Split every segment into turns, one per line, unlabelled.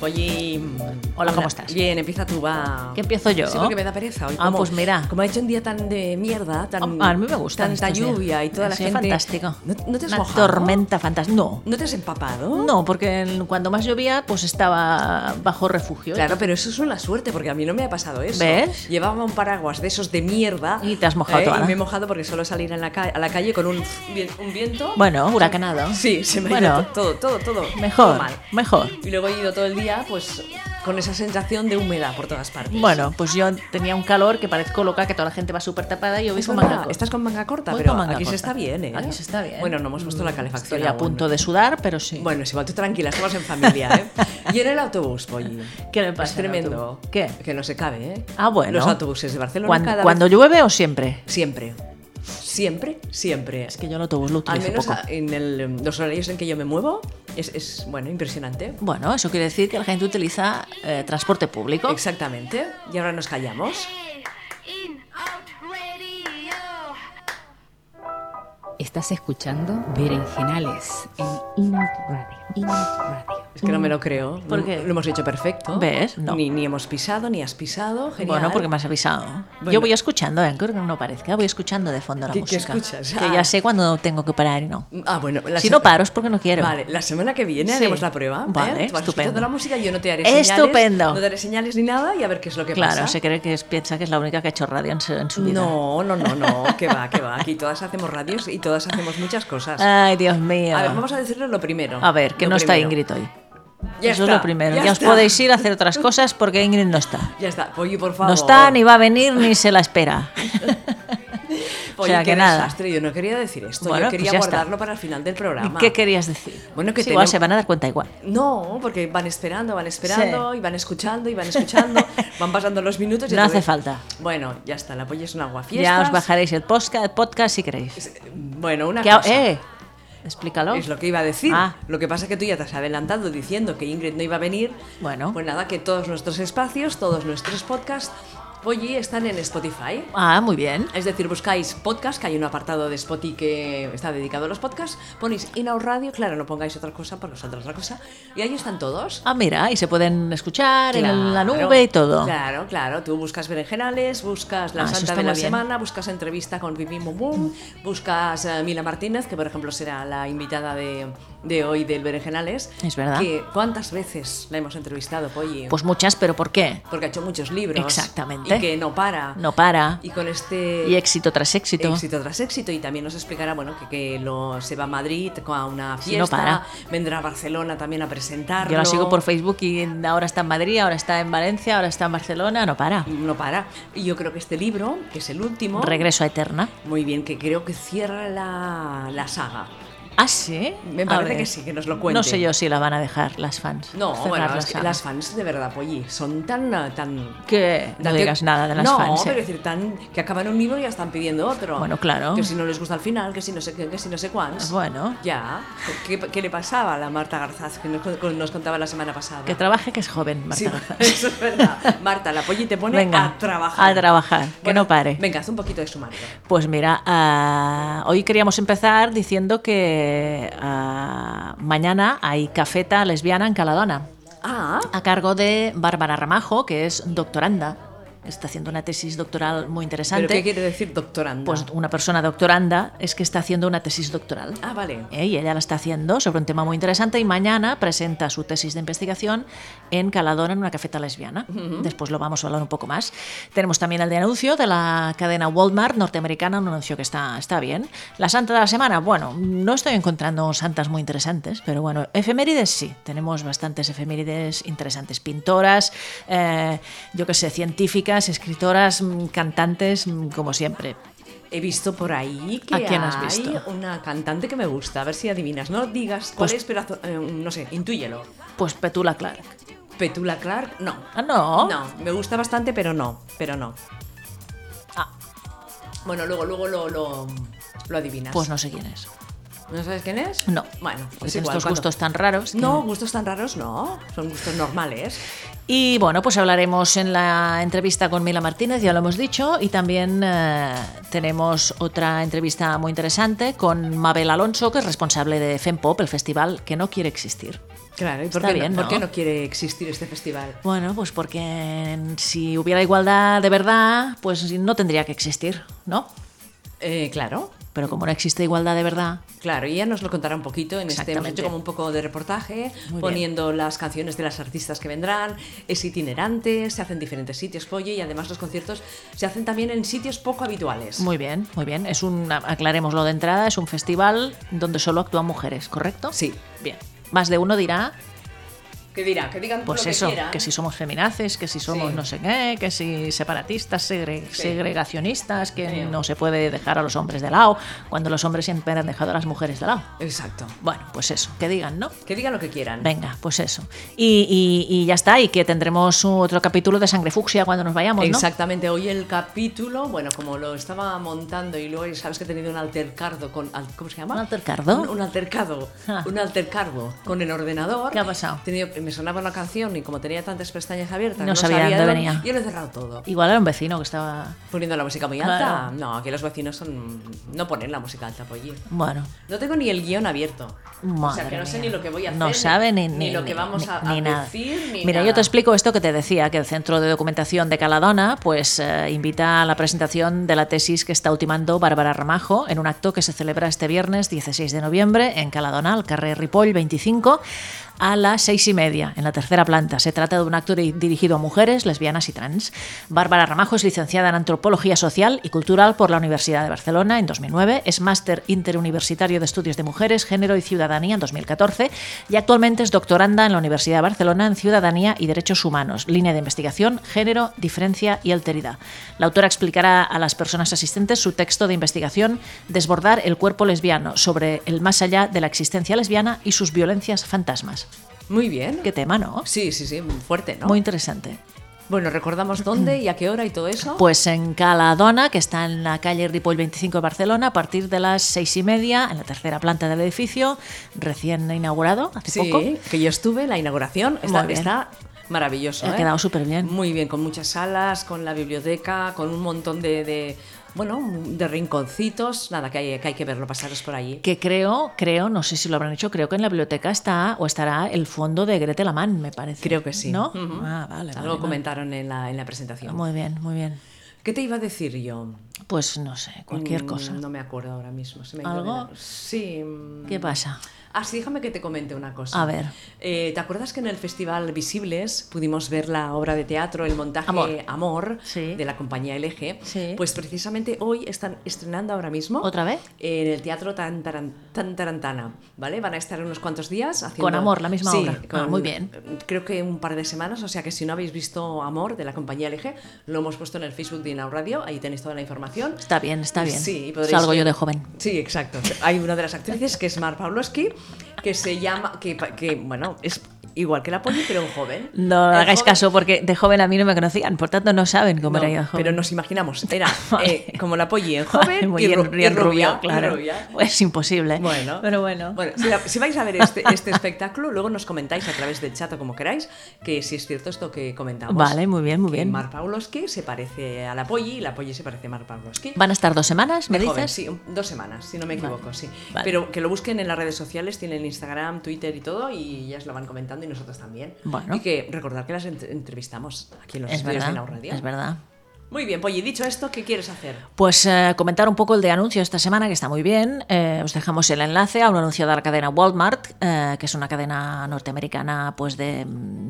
Polly. Hola, ¿cómo estás?
Bien, empieza tú, va.
¿Qué empiezo yo?
Sí, porque me da pereza hoy.
Ah,
como-
pues mira.
Como ha hecho un día tan de mierda, tan.
Ah, a mí me gusta.
Tanta lluvia y toda la gente.
fantástico.
¿No, no te has
Una
mojado?
tormenta fantástica. No.
¿No te has empapado?
No, porque en- cuando más llovía, pues estaba bajo refugio.
Claro, pero eso es una suerte, porque a mí no me ha pasado eso.
¿Ves?
Llevaba un paraguas de esos de mierda.
Y te has mojado
¿eh?
toda.
Y me he mojado porque solo salir en la ca- a la calle con un, vien- un viento.
Bueno, huracanado.
Sí, se me ha
Bueno.
ido todo, todo, todo. todo
Mejor,
mal.
mejor.
Y luego he ido todo el día, pues, con esa sensación de humedad por todas partes.
Bueno, pues yo tenía un calor que parezco loca, que toda la gente va súper tapada y yo voy
Es
con
verdad,
manga corta.
Estás con manga corta,
Voy
pero
con manga
aquí se
corta.
está bien, ¿eh?
Aquí se está bien.
Bueno, no hemos puesto la calefacción.
Estoy a
aún.
punto de sudar, pero sí.
Bueno, es igual, tú tranquila, estamos en familia, ¿eh? Y en el autobús, Polly.
¿Qué me pasa
Es
en el
tremendo.
autobús? ¿Qué?
Que no se cabe, ¿eh?
Ah, bueno.
Los autobuses de Barcelona
¿Cuán-
cada
¿Cuando,
vez-
llueve o siempre?
Siempre. Siempre, siempre.
Es que yo el autobús lo
Al
utilizo
menos
poco.
a- en el, em, los horarios en que yo me muevo, es, es, bueno, impresionante.
Bueno, eso quiere decir que la gente utiliza eh, transporte público.
Exactamente. Y ahora nos callamos.
In, out, radio.
Estás escuchando Berenjenales en Inout Radio. Inout Radio.
Es que no me lo creo.
Mm. ¿Por qué?
Lo hemos hecho perfecto.
¿Ves? No.
Ni, ni hemos pisado, ni has pisado. Genial.
Bueno, porque me has avisado.
Bueno.
Yo voy escuchando, aunque no parezca, voy escuchando de fondo la
¿Qué- qué
música.
escuchas?
Que
Ah.
ya sé cuándo tengo que parar y no.
Ah, bueno. la
Si
se-
no paro es porque no quiero.
Vale, la semana que viene
Sí.
haremos la prueba.
Vale,
¿eh? Tú vas escuchando
estupendo.
la música, yo no te haré señales.
Estupendo.
No te haré señales ni nada y a ver qué es lo que
Claro,
pasa.
se cree que es- piensa que es la única que ha hecho radio en su, en su vida.
No, no, no, no. Que va, que va. Aquí todas hacemos radios y todas hacemos muchas cosas.
Ay, Dios mío.
A ver, vamos a decirlo lo primero.
A ver, que
Lo
no está
primero.
Ingrid hoy.
Ya
Eso
está,
es lo primero. Ya, os
está.
podéis ir a hacer otras cosas porque Ingrid no está.
Ya está, Polly, por favor.
No está, ni va a venir, ni se la espera.
Polly,
o sea,
qué
que nada.
desastre. Yo no quería decir esto.
Bueno, pues
yo quería
ya está.
guardarlo para el final del
¿Y
programa.
qué querías decir?
Bueno, que
Sí, igual
tenemos-
se van a dar cuenta igual.
No, porque van esperando, van esperando, y van escuchando, y van escuchando, van pasando los minutos. y
No
otra
hace
vez-
falta.
Bueno, ya está, la polla es un aguafiestas.
Ya os bajaréis el podcast, el podcast si queréis.
Bueno, una
Que-
cosa.
eh, explícalo.
Es lo que iba a decir.
Ah.
Lo que pasa es que tú ya te has adelantado diciendo que Ingrid no iba a venir.
Bueno.
Pues nada, que todos nuestros espacios, todos nuestros podcasts, Polly, están en Spotify.
Ah, muy bien.
Es decir, buscáis podcast, que hay un apartado de Spotify que está dedicado a los podcasts, ponéis In Out Radio, claro, no pongáis otra cosa porque os saldrá otra cosa, y ahí están todos.
Ah, mira, y se pueden escuchar en la
Claro,
nube y todo.
Claro, claro. Tú buscas berenjenales, buscas la
Ah, eso
Santa
está
de la
muy bien.
Semana, buscas entrevista con Pipi Mum Mum, buscas a Mila Martínez, que por ejemplo será la invitada de, de hoy del berenjenales.
Es verdad.
Que, ¿Cuántas veces la hemos entrevistado, Polly?
Pues muchas, pero ¿por qué?
porque ha hecho muchos libros.
Exactamente.
Y que no para.
No para.
Y con este
Y éxito tras éxito.
tras éxito y también nos explicará bueno que, que lo, se va a Madrid a una
Si
fiesta
no para.
vendrá a Barcelona también a presentarlo
Yo la sigo por Facebook y ahora está en Madrid, ahora está en Valencia, ahora está en Barcelona, no para.
no para y yo creo que este libro que es el último
Regreso a Eterna.
muy bien que creo que cierra la, la saga
Ah, sí.
Me
A
parece
ver.
que sí, que nos lo cuente.
No sé yo si la van a dejar las fans.
no
cerrar
bueno
la
es que
saga.
las fans de verdad Polly son tan eh, tan
Que no
tan-
digas nada de las
no,
fans.
pero
eh.
es decir, tan, que acaban un libro y ya están pidiendo otro.
Bueno, claro.
Que si no les gusta al final, que si no sé qué, que si no sé cuántos.
Bueno,
Ya, ¿qué, qué le pasaba a la Marta Garzaz que nos, con- nos contaba la semana pasada?
que trabaje que es joven, Marta
Sí,
Garzón.
eso es verdad. Marta, la polla y te pone
Venga,
a trabajar.
a trabajar, que no pare.
Venga, haz un poquito de sumario.
Pues mira, ah, hoy queríamos empezar diciendo que ah, mañana hay cafeta lesbiana en Caladona,
Ah,
a cargo de Bárbara Ramajo, que es doctoranda. Está haciendo una tesis doctoral muy
¿pero
interesante.
qué quiere decir doctoranda?
Pues una persona doctoranda es que está haciendo una tesis doctoral.
ah, vale.
¿eh? y ella la está haciendo sobre un tema muy interesante y mañana presenta su tesis de investigación en Caladona en una cafeta lesbiana. Después lo vamos a hablar un poco más. Tenemos también el de anuncio de la cadena Walmart norteamericana, un anuncio que está, está bien. La santa de la semana, bueno, no estoy encontrando santas muy interesantes, pero bueno, efemérides sí, tenemos bastantes efemérides interesantes, pintoras, eh, yo qué sé, científicas, escritoras, mm, cantantes, mm, como siempre.
He visto por ahí que
¿A quién
hay
has visto?
una cantante que me gusta. A ver si adivinas. No digas cuál
Pues-
es, pero haz- eh, no sé, intúyelo.
Pues Petula Clark.
¿Petula Clark? No.
Ah, no.
No, me gusta bastante, pero no. Pero no.
Ah.
Ah. Bueno, luego, luego lo, lo, lo adivinas.
Pues no Pues sé quién es.
¿No sabes quién es?
No.
Bueno,
Porque
pues
tiene
igual,
estos
cuando-
gustos tan raros. que-
No, gustos tan raros no, son gustos normales.
Y bueno, pues hablaremos en la entrevista con Mila Martínez, ya lo hemos dicho, y también eh, tenemos otra entrevista muy interesante con Mabel Alonso, que es responsable de FemPop, el festival que no quiere existir.
Claro, ¿y por,
Está
qué,
bien,
no, por
¿no?
qué no quiere existir este festival?
Bueno, pues porque si hubiera igualdad de verdad, pues no tendría que existir, ¿no?
Eh, claro,
Pero como no existe igualdad de verdad,
Claro, y ella nos lo contará un poquito en este. Hemos
Exactamente.
hecho como un poco de reportaje,
bien.
poniendo las canciones de las artistas que vendrán. Es itinerante, se hacen en diferentes sitios, oye, y además los conciertos se hacen también en sitios poco habituales.
muy bien, muy bien. Es un, aclarémoslo de entrada, es un festival donde solo actúan mujeres, ¿correcto?
Sí.
Bien. Más de uno dirá,
¿Qué dirá? Que digan
pues
lo que
eso, que,
quieran.
si somos feminaces, que si somos
Sí.
no sé qué, que si separatistas, segre-
Sí.
segregacionistas, que
Sí.
no se puede dejar a los hombres de lado, cuando los hombres siempre han dejado a las mujeres de lado.
Exacto.
Bueno, pues eso, que digan, ¿no?
Que digan lo que quieran.
Venga, pues eso. Y, y- y ya está, y que tendremos otro capítulo de Sangre Fucsia cuando nos vayamos, ¿no?
Exactamente, hoy el capítulo, bueno, como lo estaba montando y luego sabes que he tenido un altercardo con. al- ¿Cómo se llama?
¿Un altercardo?
Un, un altercado.
Ah.
Un altercardo con el ordenador.
¿Qué ha pasado?
He tenido- me sonaba una canción y como tenía tantas pestañas abiertas,
No
no,
sabía dónde
dónde-
venía.
Yo lo he cerrado todo.
Igual era un vecino que estaba...
Poniendo la música muy alta.
Claro.
No, aquí los vecinos son. No ponen la música alta, pollo.
Bueno,
No tengo ni el guión abierto. o sea,
Madre
que no sé
mía.
ni lo que voy a hacer.
No sabe ni,
ni lo que vamos a, a
ni nada.
decir. Ni
Mira, yo
nada.
te explico esto que te decía, que el Centro de Documentación de Caladona pues eh, invita a la presentación de la tesis que está ultimando Bárbara Ramajo en un acto que se celebra este viernes 16 de noviembre en Caladona, al carrer Ripoll 25, a las seis y media, en la tercera planta. Se trata de un acto di- dirigido a mujeres, lesbianas y trans. Bárbara Ramajo es licenciada en Antropología Social y Cultural por la Universidad de Barcelona en 2009, es máster interuniversitario de Estudios de Mujeres, Género y Ciudadanía en 2014 y actualmente es doctoranda en la Universidad de Barcelona en Ciudadanía y Derechos Humanos, línea de investigación Género, Diferencia y Alteridad. La autora explicará a las personas asistentes su texto de investigación Desbordar el cuerpo lesbiano sobre el más allá de la existencia lesbiana y sus violencias fantasmas.
Muy bien.
Qué tema, ¿no?
Sí, sí, sí, fuerte, ¿no?
Muy interesante.
Bueno, recordamos dónde y a qué hora y todo eso.
Pues en Caladona, que está en la calle Ripoll 25 de Barcelona, a partir de las seis y media, en la tercera planta del edificio, recién inaugurado, hace
sí,
poco.
que yo estuve, la inauguración está,
Muy bien.
está maravilloso.
Ha
¿eh?
quedado superbién.
Muy bien, con muchas salas, con la biblioteca, con un montón de, de, bueno, de rinconcitos. Nada, que hay que, hay que verlo, pasaros por allí.
Que creo, creo, no sé si lo habrán hecho, creo que en la biblioteca está o estará el fondo de Grete Lamán, me parece.
Creo que sí.
¿No?
Ujú.
Ah, vale. vale,
Algo
vale.
comentaron en la, en la presentación.
Muy bien, muy bien.
¿Qué te iba a decir yo?
Pues no sé, cualquier
Mm,
cosa.
No me acuerdo ahora mismo. se me ha ido de
¿Algo?
la- Sí. mm.
¿Qué pasa?
Ah, sí, déjame que te comente una cosa.
A ver.
Eh, ¿Te acuerdas que en el Festival Visibles pudimos ver la obra de teatro, el montaje
Amor.
Amor,
Sí.
de la compañía LG?
Sí.
Pues precisamente hoy están estrenando ahora mismo.
¿Otra vez?
En el Teatro Tan, Taran- Tan Tarantana, ¿vale? Van a estar unos cuantos días haciendo...
Con Amor, la misma
Sí,
obra. Ah, muy bien.
Creo que un par de semanas, o sea que si no habéis visto Amor de la compañía LG, lo hemos puesto en el Facebook de Inau Radio, ahí tenéis toda la información.
Está bien, está bien.
Sí, y podréis
Salgo
ver-
yo de joven.
Sí, exacto. Hay una de las actrices que es Mar Pavlovsky, que se llama, que, pa- que, bueno, es igual que la Polly, pero un joven.
No
El
hagáis
joven-
caso porque de joven a mí no me conocían, por tanto no saben cómo
No,
era yo de joven.
pero nos imaginamos, era
Vale.
eh, como la Polly en
Vale,
joven
muy
y,
bien,
ru- y
bien
rubia,
rubio,
y
claro.
rubia.
Es imposible.
Bueno,
Pero bueno.
si, la- si vais a ver este, este espectáculo, luego nos comentáis a través del chat o como queráis, que si es cierto esto que comentamos.
Vale, muy bien, muy
que
bien.
Mar Pavlovsky se parece a la Polly y la Polly se parece a Mar Pavlovsky.
Van a estar dos semanas, me
De joven,
dices.
sí, un- dos semanas, si no me equivoco, sí.
Vale.
Pero que lo busquen en las redes sociales, tienen Instagram, Twitter y todo, y ellas lo van comentando y nosotros también.
Bueno.
Y que recordar que las ent- entrevistamos aquí en los
Es
estudios de
verdad,
Nau Radio.
es verdad.
Muy bien, Polly, dicho esto, ¿qué quieres hacer?
Pues eh, comentar un poco el de anuncio esta semana, que está muy bien. Eh, os dejamos el enlace a un anuncio de la cadena Walmart, eh, que es una cadena norteamericana pues de,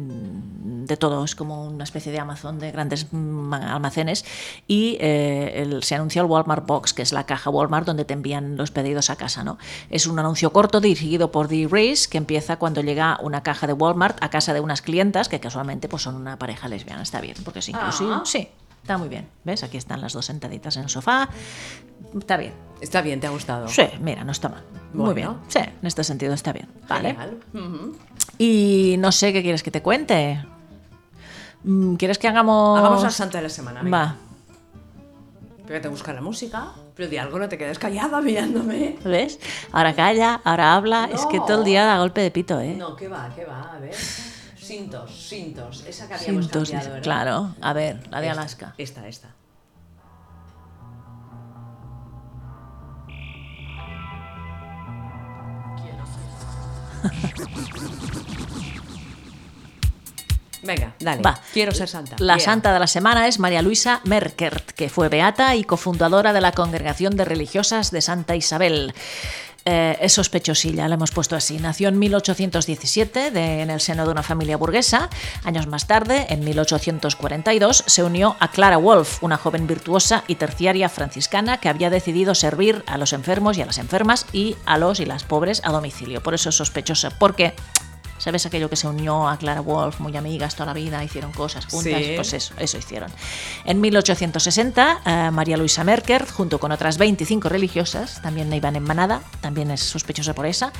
mm, de todo, es como una especie de Amazon de grandes mm, almacenes. Y eh, el- se anunció el Walmart Box, que es la caja Walmart donde te envían los pedidos a casa. ¿no? Es un anuncio corto dirigido por Dee Reese, que empieza cuando llega una caja de Walmart a casa de unas clientas, que casualmente pues, son una pareja lesbiana. Está bien, porque es inclusivo.
Ah.
Sí, está muy bien. ¿Ves? Aquí están las dos sentaditas en el sofá. Está bien.
Está bien, ¿te ha gustado?
Sí, mira, no está mal. Muy
Bueno.
bien. Sí, en este sentido está bien. Vale.
Genial. Ujú.
Y no sé qué quieres que te cuente. Mm, ¿Quieres que hagamos.
Hagamos la santa de la semana. venga.
Va.
Pero te busca la música, pero de algo no te quedes callada mirándome.
¿Ves? Ahora calla, ahora habla. Es que todo el día da golpe de pito, ¿eh?
No, ¿qué va? ¿Qué va? A ver. Cintos, cintos. Esa que habíamos
Cintos,
cambiado, ¿verdad?
claro. A ver, la de
Esta,
Alaska.
Esta, esta. Venga, dale.
Va.
Quiero ser santa.
La
Bien.
santa de la semana es María Luisa Merkert, que fue beata y cofundadora de la Congregación de Religiosas de Santa Isabel. Eh, es sospechosilla, la hemos puesto así. Nació en 1817 de- en el seno de una familia burguesa. Años más tarde, en 1842, se unió a Clara Wolf, una joven virtuosa y terciaria franciscana que había decidido servir a los enfermos y a las enfermas y a los y las pobres a domicilio. Por eso es sospechosa, porque ¿Sabes aquello que se unió a Clara Wolf, muy amigas toda la vida, hicieron cosas juntas?
Sí.
Pues eso, eso hicieron. En 1860, eh, María Luisa Merker, junto con otras 25 religiosas, también iban en manada, también es sospechosa por esa,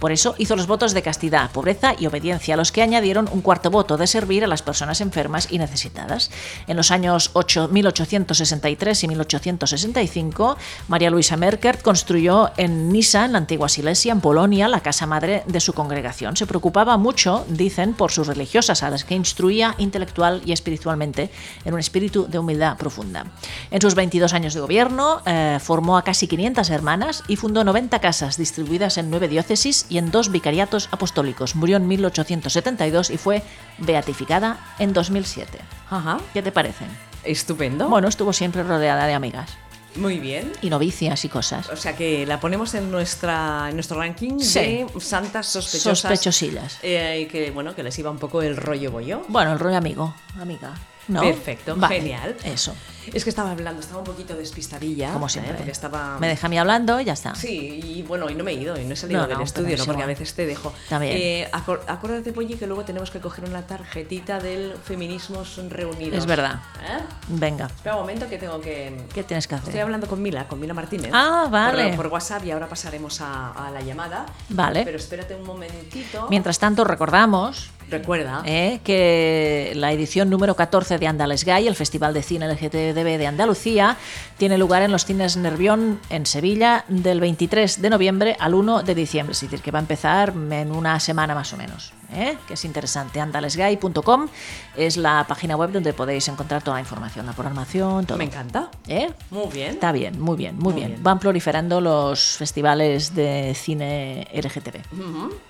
por eso hizo los votos de castidad, pobreza y obediencia, a los que añadieron un cuarto voto de servir a las personas enfermas y necesitadas. En los años 8, 1863 y 1865, María Luisa Merker construyó en Nisa, en la antigua Silesia, en Polonia, la casa madre de su congregación. Se preocupaba mucho, dicen, por sus religiosas, a las que instruía intelectual y espiritualmente en un espíritu de humildad profunda. En sus 22 años de gobierno, eh, formó a casi 500 hermanas y fundó 90 casas distribuidas en nueve diócesis y en dos vicariatos apostólicos. Murió en 1872 y fue beatificada en 2007.
Ajá.
¿Qué te parece?
Estupendo.
Bueno, estuvo siempre rodeada de amigas
Muy bien.
y novicias y cosas.
O sea que la ponemos en nuestra en nuestro ranking
Sí.
de santas sospechosas.
Sospechosillas.
Eh, y que bueno, que les iba un poco el rollo bollo.
Bueno, el rollo amigo, amiga. ¿no?
Perfecto,
Vale,
genial.
Eso,
Es que estaba hablando, estaba un poquito despistadilla.
como
¿eh?
siempre.
Porque estaba.
Me deja a mí hablando y ya está.
Sí, y bueno, y no me he ido, y no he salido
No,
del
no,
estudio,
pero
¿no?
sí,
Porque a
bueno.
veces te dejo.
Está bien.
Eh, acor- acuérdate, Polly, que luego tenemos que coger una tarjetita del Feminismos Reunidos.
Es verdad.
¿Eh?
Venga,
Espera un momento que tengo que.
¿qué tienes que
Estoy
hacer?
hablando con Mila, con Mila Martínez.
Ah, vale.
Por, por WhatsApp y ahora pasaremos a, a la llamada.
Vale.
Pero espérate un momentito.
Mientras tanto, recordamos
Recuerda.
eh, que la edición número 14 de Andales Gay, el Festival de Cine LGTB de Andalucía, tiene lugar en los cines Nervión en Sevilla del 23 de noviembre al 1 de diciembre, es decir, que va a empezar en una semana más o menos, ¿eh? que es interesante. Andalesgay.com es la página web donde podéis encontrar toda la información, la programación, todo.
Me encanta.
¿Eh?
Muy bien.
Está bien, muy bien, muy,
Muy
bien.
bien.
Van proliferando los festivales de cine LGTB.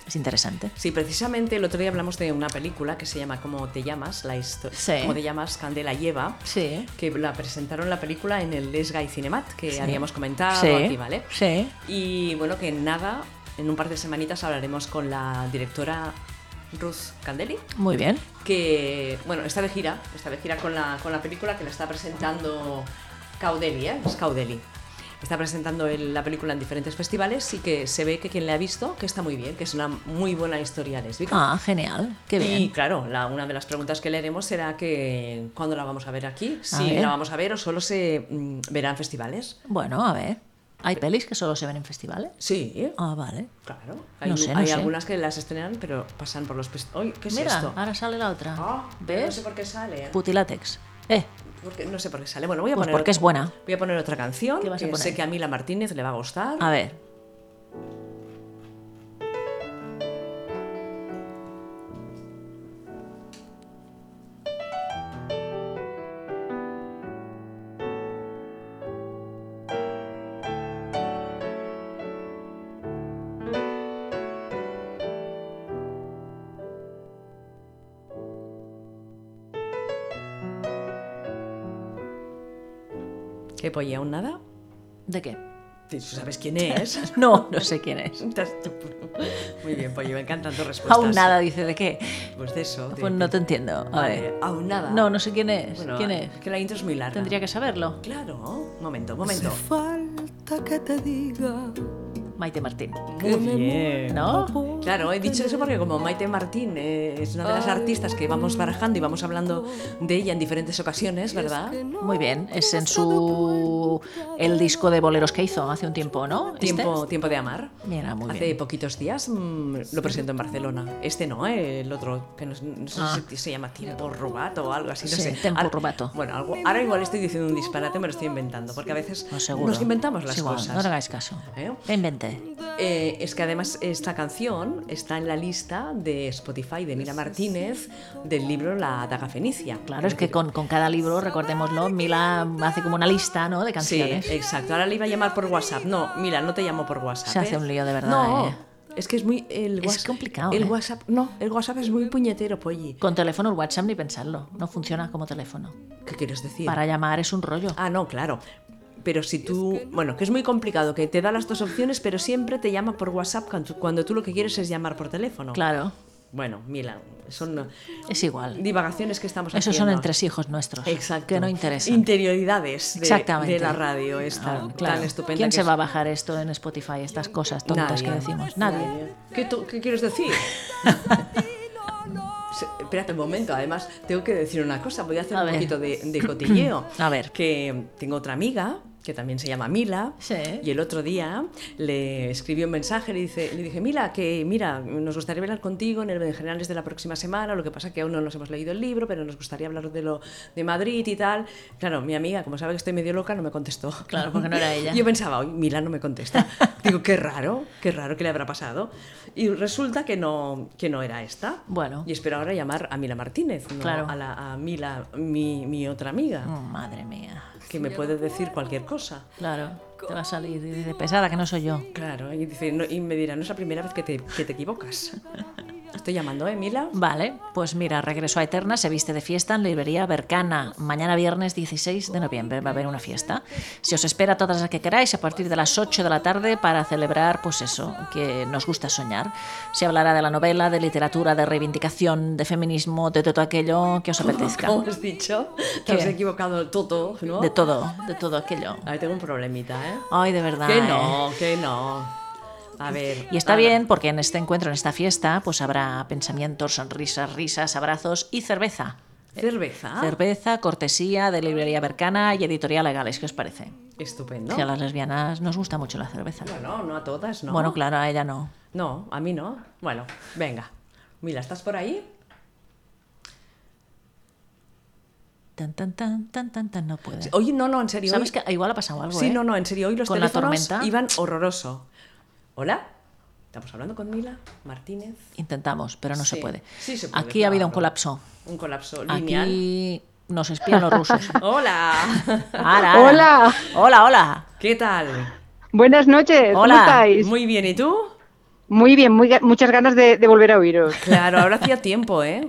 Es interesante.
Sí, precisamente el otro día hablamos de una película que se llama ¿Cómo te llamas? La histo-
Sí.
¿Cómo te llamas? Candela lleva.
Sí.
Que la presentaron la película en el Les Gay Cinemat, que
Sí.
habíamos comentado
Sí.
aquí, ¿vale?
Sí.
Y bueno, que en nada, en un par de semanitas hablaremos con la directora Ruth Candeli,
Muy bien.
que, bueno, está de gira, está de gira con la, con la película que la está presentando Caudeli, ¿eh? Es Caudeli. Está presentando el- la película en diferentes festivales y que se ve que quien la ha visto, que está muy bien, que es una muy buena historia lésbica.
Ah, genial. Qué bien.
Y claro, la- una de las preguntas que le haremos será que cuándo la vamos a ver aquí, si
ver.
la vamos a ver o solo se mm, verá en festivales.
Bueno, a ver. ¿Hay pelis que solo se ven en festivales?
Sí,
Ah, vale.
claro. Hay,
No sé, no
hay
sé.
algunas que las estrenan, pero pasan por los... pes- ¡Ay, qué es
Mira,
esto!
ahora sale la otra.
Ah, pero No sé
¿Ves?
por qué sale. ¿eh?
Putilatex. Eh,
Porque- no sé por qué sale. Bueno, voy a
Pues
poner.
porque es buena.
Voy a poner otra canción.
¿Qué vas a
que
poner? Ah.
Sé que a Mila Martínez le va a gustar.
a ver.
¿Qué polla aún nada?
¿De qué?
¿Tú sabes quién es?
No, no sé quién es.
Estás tú. Muy bien, pollo, me encantan tus respuestas.
Aún nada dice de qué.
Pues de eso. de-
Pues no te entiendo. A
Vale,
ver.
Aún nada.
No, no sé quién es.
Bueno,
¿Quién es?
que la intro es muy larga.
Tendría que saberlo.
Claro. Momento, momento.
Hace falta que te diga
Maite Martín.
Muy
bien.
¿No?
Claro, he dicho eso porque como Maite Martín eh, es una de las artistas que vamos barajando y vamos hablando de ella en diferentes ocasiones, ¿verdad?
Muy bien. Es en su. el disco de boleros que hizo hace un tiempo, ¿no? ¿Este?
Tiempo, tiempo de amar.
Mira, muy
Hace
bien.
poquitos días mm, lo presento en Barcelona. Este no, eh, el otro, que no, sé- no sé
Ah.
si se llama Tiempo Rubato o algo así. No
Sí,
sé.
Tempo
Ahora-
Rubato.
Bueno, algo- ahora igual estoy diciendo un disparate, me lo estoy inventando, porque a veces
No, seguro.
nos inventamos las
Es igual,
cosas.
No le hagáis caso.
¿Eh?
Lo inventé.
Eh, es que además esta canción está en la lista de Spotify de Mila Martínez del libro La Daga Fenicia.
Claro, es que con, con cada libro, recordémoslo, Mila hace como una lista ¿no? de
Sí, eh.
canciones.
exacto. Ahora le iba a llamar por WhatsApp. No, mira, no te llamo por WhatsApp.
Se hace
¿eh?
un lío de verdad,
No,
¿eh?
es que es muy. El
Es
WhatsApp,
complicado,
El
¿eh?
WhatsApp, no, el WhatsApp es muy puñetero, polli.
Con teléfono, el WhatsApp ni pensarlo. No funciona como teléfono.
¿Qué quieres decir?
Para llamar es un rollo.
Ah, no, claro. Pero si tú. Bueno, que es muy complicado, que te da las dos opciones, pero siempre te llama por WhatsApp cuando, cuando tú lo que quieres es llamar por teléfono.
Claro,
Bueno, Mila, son
es igual.
divagaciones que estamos haciendo.
Esos son entresijos nuestros.
Exacto.
Que no interesan.
Interioridades de,
Exactamente.
de la radio, esta
Ah, claro.
tan estupenda.
¿Quién
que
se
es.
va a bajar esto en Spotify, estas cosas tontas que decimos? Nadie.
¿Qué, tú- qué quieres decir? Se- Espérate un momento, además tengo que decir una cosa, voy a hacer
A
un
ver.
poquito de, de cotilleo.
A ver.
Que tengo otra amiga que también se llama Mila
Sí.
y el otro día le escribí un mensaje, le, dice, le dije, Mila, que mira, nos gustaría hablar contigo en el Berenjenales de la próxima semana, lo que pasa que aún no nos hemos leído el libro, pero nos gustaría hablar de lo de Madrid y tal. Claro, mi amiga, como sabe que estoy medio loca, no me contestó.
Claro, porque no era ella.
Yo pensaba, "Uy, Mila no me contesta. Digo, qué raro, qué raro que le habrá pasado. Y resulta que no, que no era esta.
Bueno.
Y espero ahora llamar a Mila Martínez, no
Claro.
a, la, a Mila, mi, mi otra amiga,
Oh, madre mía.
que me puede decir cualquier cosa.
Claro, te va a salir y dice, pesada, que no soy yo.
Claro, y, dice, no- y me dirá, no es la primera vez que te, que te equivocas. Estoy llamando, ¿eh, Mila?
Vale, pues mira, regreso a Eterna, se viste de fiesta en la librería Bercana. Mañana viernes 16 de noviembre va a haber una fiesta. Se os espera a todas las que queráis a partir de las 8 de la tarde para celebrar, pues eso, que nos gusta soñar. Se hablará de la novela, de literatura, de reivindicación, de feminismo, de todo aquello que os apetezca.
Como has dicho, te
¿Qué?
has equivocado todo, ¿no?
De todo, de todo aquello.
Ahí tengo un problemita, ¿eh?
Ay, de verdad.
que
¿eh?
no, que no. A ver.
Y está
ahora-
bien porque en este encuentro, en esta fiesta, pues habrá pensamientos, sonrisas, risas, abrazos y cerveza.
Cerveza.
Cerveza, cortesía de Librería Bercana y Editorial Legales, ¿qué os parece?
Estupendo.
Que a las lesbianas nos gusta mucho la cerveza.
Bueno, no a todas, ¿no?
Bueno, claro, a ella no.
No, a mí no. Bueno, venga. Mila, ¿estás por ahí?
Tan, tan, tan, tan, tan, tan, no puede.
Oye, no, no, en serio.
¿Sabes
hoy-
que igual ha pasado algo?
Sí,
¿eh?
no, no, en serio. Hoy los
Con la
teléfonos
tormenta.
iban horroroso. ¿Hola? ¿Estamos hablando con Mila Martínez?
Intentamos, pero no se
Sí,
puede.
sí se puede,
Aquí ha habido un
claro.
colapso.
Un colapso lineal.
Aquí nos espían los rusos.
¡Hola!
Ara, ara.
Hola.
Hola, hola.
¿Qué tal?
Buenas noches, ¿cómo
Hola,
estáis? Muy,
Muy bien, ¿y tú?
bien, muy ga- muchas ganas de, de volver a oíros.
Claro, ahora hacía tiempo, ¿eh?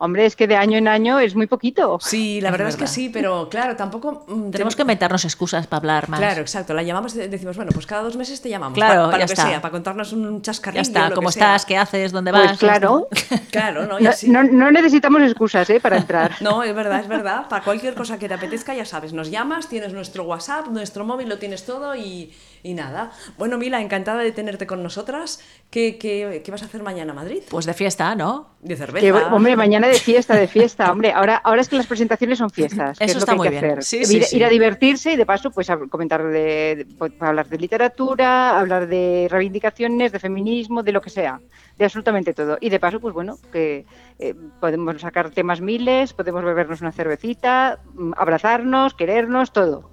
Hombre, es que de año en año es muy poquito.
Sí, la
Es
verdad, es que
verdad.
sí, pero claro, tampoco... mm,
Tenemos que
ten-
inventarnos excusas para hablar más.
Claro, exacto. La llamamos, y decimos, bueno, pues cada dos meses te llamamos.
Claro,
para, para
ya
lo que
está.
sea, para contarnos un
Ya
chascarrillo.
está,
lo
¿cómo
que sea.
estás? ¿Qué haces? ¿Dónde vas?
Pues claro,
Claro, ¿no? Y
no,
así-
no- no necesitamos excusas ¿eh? para entrar.
No, es verdad, es verdad. Para cualquier cosa que te apetezca, ya sabes, nos llamas, tienes nuestro WhatsApp, nuestro móvil, lo tienes todo y, y nada. Bueno, Mila, encantada de tenerte con nosotras. ¿Qué, qué, qué vas a hacer mañana a Madrid?
Pues de fiesta, ¿no?
De cerveza.
Que, hombre, mañana de fiesta, de fiesta. Hombre, ahora, ahora es que las presentaciones son fiestas. que
Eso
es lo que
está
hay
muy
que
bien.
hacer.
Sí,
ir,
sí, sí.
ir a divertirse y de paso, pues a- comentar de, de- pues, hablar de literatura, hablar de reivindicaciones, de feminismo, de lo que sea, de absolutamente todo. Y de paso, pues bueno, que eh, podemos sacar temas miles, podemos bebernos una cervecita, mm, abrazarnos, querernos, todo.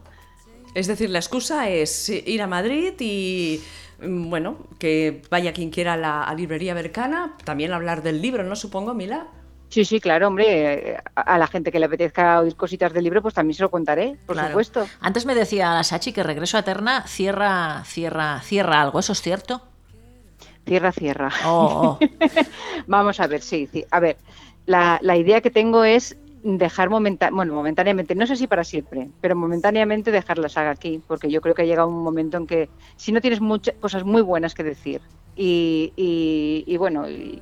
Es decir, la excusa es ir a Madrid y, mm, bueno, que vaya quien quiera a la a librería Bercana. También hablar del libro, ¿no? Supongo, Mila.
Sí, sí, claro, hombre, eh, a a la gente que le apetezca oír cositas del libro, pues también se lo contaré, por
Claro.
supuesto.
Antes me decía Sachi que regreso a Eterna cierra, cierra, cierra algo, ¿eso es cierto?
Cierra, cierra.
Oh, oh.
Vamos a ver, sí, sí. A ver, la, la idea que tengo es dejar momenta bueno, momentáneamente, no sé si para siempre, pero momentáneamente dejar la saga aquí, porque yo creo que ha llegado un momento en que si no tienes muchas cosas muy buenas que decir y, y- y bueno, y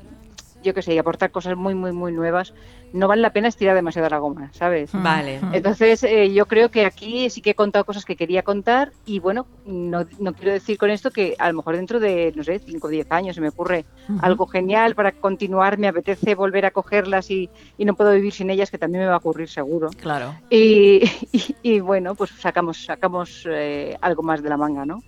yo qué sé, y aportar cosas muy, muy, muy nuevas, no vale la pena estirar demasiado la goma, ¿sabes?
Vale.
Entonces, eh, yo creo que aquí sí que he contado cosas que quería contar y bueno, no, no quiero decir con esto que a lo mejor dentro de, no sé, 5 o 10 años se me ocurre algo genial para continuar, me apetece volver a cogerlas y, y no puedo vivir sin ellas, que también me va a ocurrir seguro.
Claro.
Y, y- y bueno, pues sacamos, sacamos eh, algo más de la manga, ¿no?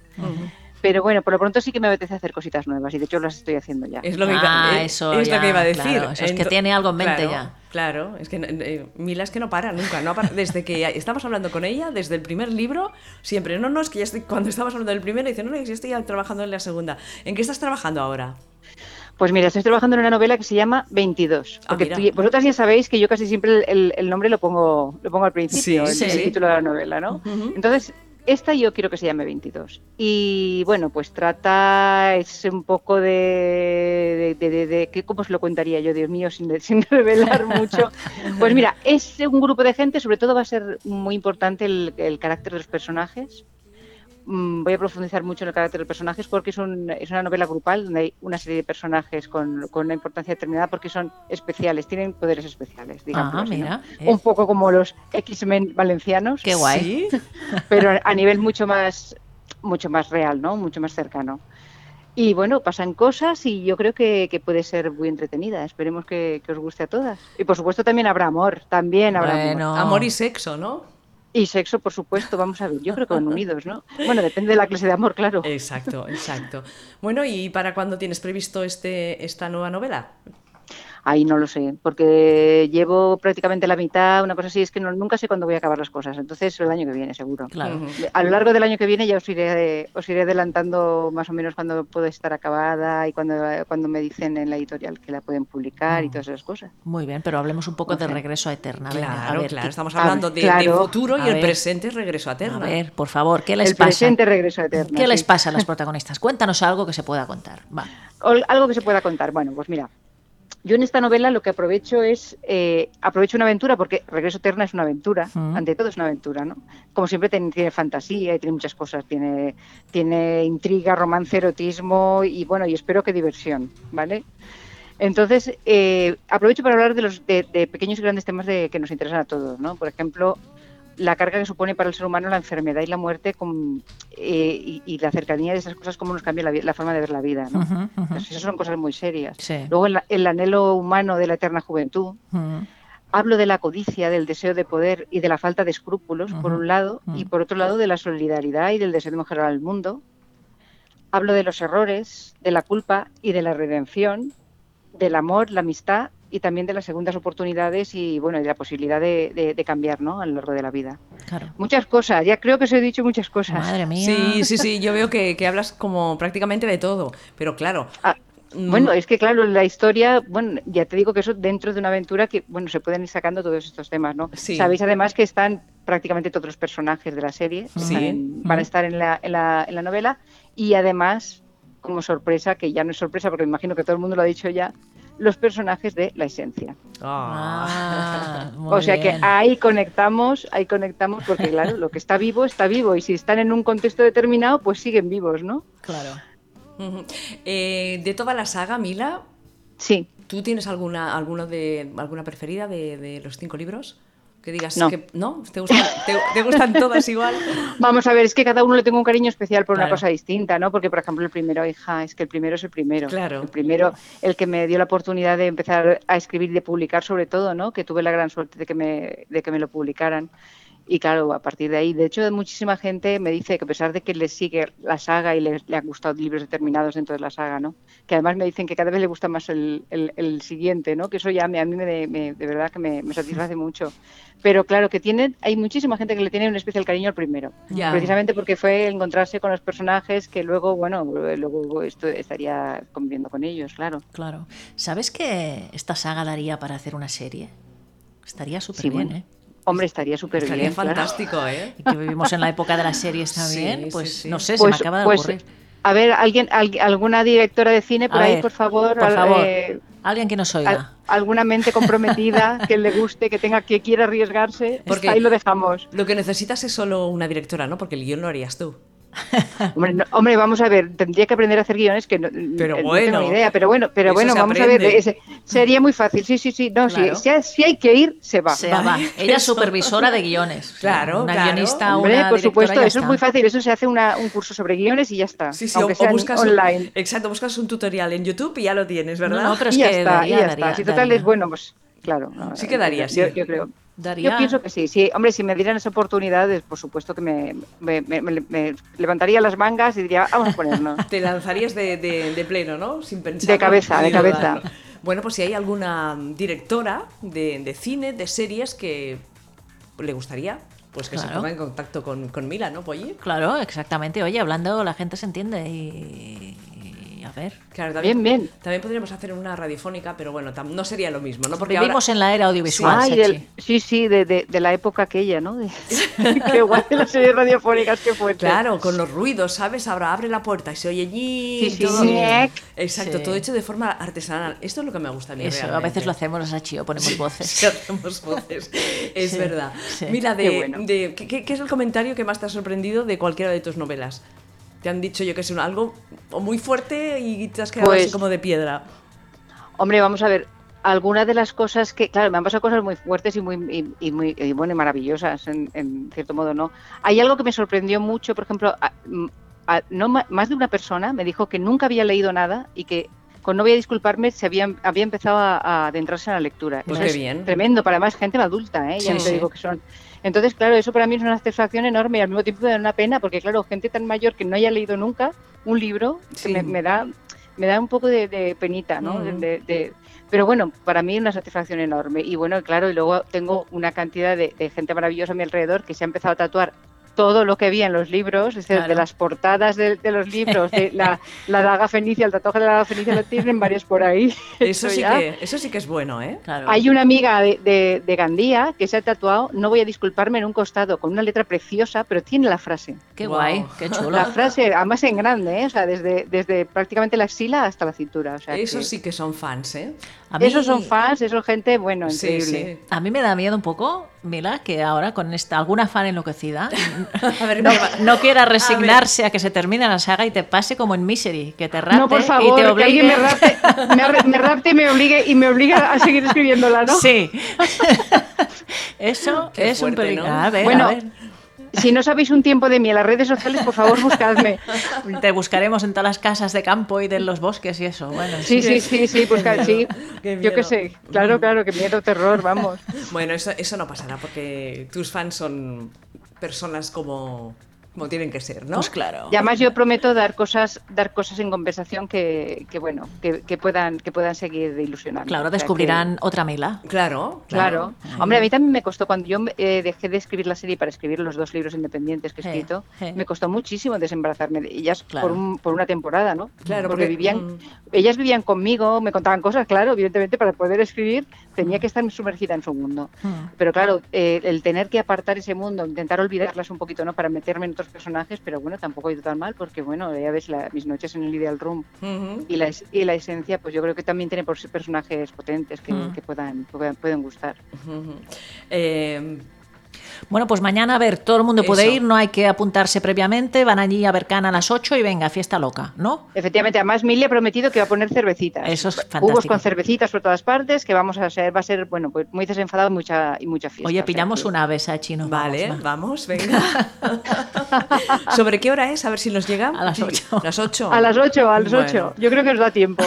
Pero bueno, por lo pronto sí que me apetece hacer cositas nuevas y de hecho las estoy haciendo ya.
Es lo que,
Ah,
iba, eh,
eso
es lo
ya,
que iba a decir.
claro, eso es que tiene algo en mente
claro,
ya.
Claro, es que no- eh, Mila es que no para nunca. No ha par- desde que estamos hablando con ella, desde el primer libro, siempre. No, no, es que ya estoy. Cuando estamos hablando del primero, dice, no, no, es que estoy ya trabajando en la segunda. ¿En qué estás trabajando ahora?
Pues mira, estoy trabajando en una novela que se llama 22.
Ah,
Porque
mira.
tú- vosotras ya sabéis que yo casi siempre el- el, el nombre lo pongo, lo pongo al principio,
Sí,
el,
sí.
el título de la novela, ¿no?
Ujú.
Entonces, esta yo quiero que se llame 22. Y bueno, pues trata, es un poco de... de, de- de- de- ¿qué- ¿Cómo os lo contaría yo, Dios mío, sin, sin revelar mucho? Pues mira, es un grupo de gente, sobre todo va a ser muy importante el, el carácter de los personajes. Mm, voy a profundizar mucho en el carácter de los personajes porque es, un- es una novela grupal donde hay una serie de personajes con, con una importancia determinada porque son especiales, tienen poderes especiales, digamos.
Ah, mira. eh,
Un poco como los X-Men valencianos,
Qué guay.
Sí.
pero a nivel mucho más, mucho más real, ¿no? Mucho más cercano. Y bueno, pasan cosas y yo creo que, que puede ser muy entretenida. Esperemos que, que os guste a todas. Y por supuesto también habrá amor, también habrá amor.
Bueno.
Amor y sexo, ¿no?
Y sexo, por supuesto, vamos a ver, yo creo que van unidos, ¿no? Bueno, depende de la clase de amor, claro.
Exacto, exacto. Bueno, ¿y para cuándo tienes previsto este, esta nueva novela?
Ahí no lo sé, porque llevo prácticamente la mitad, una cosa así, es que no- nunca sé cuándo voy a acabar las cosas, entonces el año que viene seguro. Eh,
Claro.
Ujú.
A lo largo del año que viene ya os iré, os iré adelantando más o menos cuando puedo estar acabada y cuando, cuando me dicen en la editorial que la pueden publicar
Mm.
y todas esas cosas.
Muy bien, pero hablemos un poco del
Ok.
regreso a Eterna. Venga,
Claro,
a ver,
claro.
¿qué-
Estamos
a ver,
hablando de, de
claro.
futuro y
A
el
ver.
presente es regreso a
A
Terna.
ver, por favor, ¿qué les
el
pasa?
presente regreso eterno.
¿Qué les
sí.
pasa a las protagonistas? Cuéntanos algo que se pueda contar. Va.
Ol- algo que se pueda contar. Bueno, pues mira, yo en esta novela lo que aprovecho es, eh, aprovecho una aventura, porque Regreso Eterna es una aventura,
Mm.
ante todo es una aventura, ¿no? Como siempre ten- tiene, fantasía y tiene muchas cosas, tiene, tiene intriga, romance, erotismo y bueno, y espero que diversión, ¿vale? Entonces, eh, aprovecho para hablar de los de, de pequeños y grandes temas de- que nos interesan a todos, ¿no? Por ejemplo, la carga que supone para el ser humano la enfermedad y la muerte con, eh, y, y la cercanía de esas cosas, cómo nos cambia la, vi- la forma de ver la vida, ¿no?
Ujú, ujú.
Pues eso son cosas muy serias.
Sí.
Luego el, el anhelo humano de la eterna juventud.
Ujú.
Hablo de la codicia, del deseo de poder y de la falta de escrúpulos, por
Ujú, Mm.
un lado, y
ujú.
por otro lado de la solidaridad y del deseo de mejorar al mundo. Hablo de los errores, de la culpa y de la redención, del amor, la amistad y también de las segundas oportunidades y bueno, y de la posibilidad de, de- de cambiar ¿no? a lo largo de la vida.
Claro.
Muchas cosas, ya creo que os he dicho muchas cosas.
Madre mía.
Sí, sí, sí, yo veo que, que hablas como prácticamente de todo, pero claro.
Ah,
mm,
Bueno, es que claro, la historia, bueno, ya te digo que eso dentro de una aventura que, bueno, se pueden ir sacando todos estos temas, ¿no?
Sí.
Sabéis además que están prácticamente todos los personajes de la serie,
Sí. Mm.
están en- van
Ujú.
a estar en la, en la- en la novela y además, como sorpresa, que ya no es sorpresa porque me imagino que todo el mundo lo ha dicho ya, los personajes de La Esencia.
ah,
Ah, muy
o sea
bien.
que ahí conectamos, ahí conectamos porque claro, lo que está vivo está vivo y si están en un contexto determinado, pues siguen vivos, ¿no?
Claro.
ujú. Eh, de toda la saga, Mila,
Sí.
¿tú tienes alguna, alguno de, alguna preferida de, de los cinco libros? Que digas
No.
que no, ¿Te, gusta- te- te gustan todas igual.
Vamos a ver, es que cada uno le tengo un cariño especial por
Claro.
una cosa distinta, ¿no? Porque, por ejemplo, el primero, hija, es que el primero es el primero.
Claro.
El primero, el que me dio la oportunidad de empezar a escribir y de publicar, sobre todo, ¿no? Que tuve la gran suerte de que me, de que me lo publicaran. Y claro, a partir de ahí, de hecho, muchísima gente me dice que a pesar de que les sigue la saga y les, le han gustado libros determinados dentro de la saga, ¿no? Que además me dicen que cada vez le gusta más el, el- el siguiente, ¿no? Que eso ya me, a mí me, me- de verdad que me, me satisface mucho. Pero claro, que tienen, hay muchísima gente que le tiene un especial cariño al primero
Ya.
precisamente porque fue encontrarse con los personajes que luego, bueno, luego esto estaría conviviendo con ellos, claro.
Claro. ¿Sabes que esta saga daría para hacer una serie? Estaría súper
Sí,
bien,
bueno.
¿eh?
Hombre, estaría súper
Estaría
bien. claro.
fantástico, ¿eh?
Y que vivimos en la época de las series también,
Sí, sí,
pues
sí.
no sé, se me
Pues,
acaba de
pues,
ocurrir.
a ver, alguien, al- alguna directora de cine por
A
ahí,
ver,
por favor,
por
al-
favor,
eh,
alguien que nos
al-
oiga.
alguna mente comprometida que le guste, que tenga, que quiera arriesgarse,
Porque-
ahí lo dejamos.
Lo que necesitas es solo una directora, ¿no? Porque el guión lo harías tú.
Hombre, no- hombre, vamos a ver, tendría que aprender a hacer guiones que no,
Pero
eh, no
bueno,
tengo ni idea, pero bueno, pero
eso
bueno,
se
vamos a ver,
aprende.
ese- sería muy fácil, sí, sí, sí, no, sí,
Claro.
si, hay- si hay que ir, se va.
O sea,
Vale,
va. Ella es
eso.
supervisora de guiones. O sea,
Claro,
Una
claro.
guionista,
Hombre,
una
por
directora,
supuesto,
ya
eso es
está.
muy fácil, eso se hace una- un curso sobre guiones y ya está,
Sí, sí, o,
aunque
o
sea
buscas un-
online.
exacto, buscas un tutorial en YouTube y ya lo tienes,
No,
¿verdad?
no, pero es
y ya
que
está,
daría,
y ya
daría,
está. Si total
daría.
es bueno, pues claro. no,
Sí que daría,
yo,
sí.
yo creo.
Daría.
Yo pienso que sí, sí. Hombre, si me dieran esa oportunidad, es por supuesto que me, me- me- me- me levantaría las mangas y diría, vamos a ponernos.
Te lanzarías de, de- de pleno, ¿no? Sin pensar.
De cabeza, de cabeza.
Bueno, pues si hay alguna directora de, de cine, de series que le gustaría, pues que se
Claro.
ponga en contacto con, con Mila, ¿no, Polly?
Claro, exactamente. Oye, hablando la gente se entiende y... y a ver.
Claro,
Bien, bien.
También podríamos hacer una radiofónica, pero bueno, tam- no sería lo mismo, ¿no? Porque
Vivimos en la era audiovisual,
Ay,
Sachi.
Ah, del- sí, sí, de, de- de la época aquella, ¿no? De- qué guay las series radiofónicas que fue.
Claro, con los ruidos, ¿sabes? Ahora abre la puerta y se oye allí.
Sí, sí, sí.
Exacto,
Sí.
todo hecho de forma artesanal. Esto es lo que me gusta a mí.
Eso, a
realmente.
veces lo hacemos, Sachi, o ponemos voces.
Sí, hacemos voces. Es
Sí,
verdad.
sí.
Mira, de,
Qué bueno.
de- ¿qué- qué, qué es el comentario que más te ha sorprendido de cualquiera de tus novelas? Te han dicho, yo que sé, un- algo o muy fuerte y te has quedado
Pues-
así como de piedra.
Hombre, vamos a ver. Algunas de las cosas que, claro, me han pasado cosas muy fuertes y muy, y, y muy y bueno, y maravillosas, en, en cierto modo, ¿no? Hay algo que me sorprendió mucho, por ejemplo, a- m- a- no, ma- más de una persona me dijo que nunca había leído nada y que, con no voy a disculparme, se había, había empezado a, a adentrarse en la lectura.
Pues
Eso
qué
es
bien.
Tremendo, para más gente adulta, ¿eh?
Sí,
ya no te
sí.
digo que son. Entonces, claro, eso para mí es una satisfacción enorme y al mismo tiempo me da una pena, porque, claro, gente tan mayor que no haya leído nunca un libro, que
Sí.
me- me da me da un poco de, de penita, ¿no?
Ujú.
De- de- pero bueno, para mí una satisfacción enorme. Y bueno, claro, y luego tengo una cantidad de, de gente maravillosa a mi alrededor que se ha empezado a tatuar todo lo que había en los libros, es decir,
Claro.
de las portadas de, de los libros, de la, la daga fenicia, el tatuaje de la daga fenicia, lo tienen varios por ahí.
Eso, sí
ya.
que, eso sí que es bueno, ¿eh?
Claro.
Hay una amiga de, de- de Gandía que se ha tatuado, no voy a disculparme, en un costado, con una letra preciosa, pero tiene la frase.
Qué
Wow.
guay, qué chulo.
La frase, además en grande, ¿eh? o sea, desde, desde prácticamente la axila hasta la cintura. O sea,
Eso
que-
sí que son fans, ¿eh?
A mí-
Esos son fans, esos gente, bueno,
Sí,
increíble.
sí.
A mí me da miedo un poco, Mila, que ahora con esta, alguna fan enloquecida
A ver,
no,
mira,
no quiera
ver.
resignarse a, que se termine la saga y te pase como en Misery, que te rapte
No, por
y te
favor, que
obligue.
alguien me rapte, me, arre- me rapte y me obligue y me obliga a seguir escribiéndola, ¿no?
Sí. Eso
Qué
es un
fuerte,
peligro.
¿no?
A ver,
Bueno,
a ver.
Si no sabéis un tiempo de mí en las redes sociales, por favor, buscadme.
Te buscaremos en todas las casas de campo y de los bosques y eso. Bueno,
Sí, sí, sí, sí, buscad, sí.
qué
Yo
miedo.
qué sé, claro, claro, que miedo, terror, vamos.
Bueno, eso, eso no pasará porque tus fans son personas como, como tienen que ser, ¿no?
Pues claro.
Y además yo prometo dar cosas, dar cosas en compensación que, que bueno, que, que puedan, que puedan seguir de ilusionar.
Claro, descubrirán otra Mila.
Claro,
Claro. Hombre, a mí también me costó, cuando yo eh, dejé de escribir la serie para escribir los dos libros independientes que he
Sí,
escrito,
sí.
me costó muchísimo desembarazarme de ellas
Claro.
por, un- por una temporada, ¿no?
Claro,
porque,
porque,
vivían,
mm.
ellas vivían conmigo, me contaban cosas, claro, evidentemente para poder escribir tenía que estar sumergida en su mundo.
Mm.
Pero claro, eh, el tener que apartar ese mundo, intentar olvidarlas un poquito, ¿no? Para meterme en otros personajes, pero bueno, tampoco he ido tan mal, porque bueno, ya ves la- mis noches en el Ideal Room
Ujú.
y la, es- y la esencia, pues yo creo que también tiene por- personajes potentes que,
Mm.
que puedan, que puedan- pueden gustar.
Ujú. Eh,
Bueno, pues mañana, a ver, todo el mundo puede
Eso.
ir, no hay que apuntarse previamente, van allí a ver Cana a las 8 y venga, fiesta loca, ¿no?
Efectivamente, además Mili ha prometido que va a poner cervecitas.
Eso es
Cubos
fantástico.
con cervecitas por todas partes, que vamos a ser, va a ser, bueno, pues muy desenfadado y mucha, y mucha fiesta. o
Oye,
sea
pillamos
que-
una ave, Sachi, nos
vale,
vamos, va.
vamos, venga. ¿Sobre qué hora es? A ver si nos llega.
A las ocho.
¿Las 8?
A las 8, a las 8.
Bueno.
Yo creo que os da tiempo.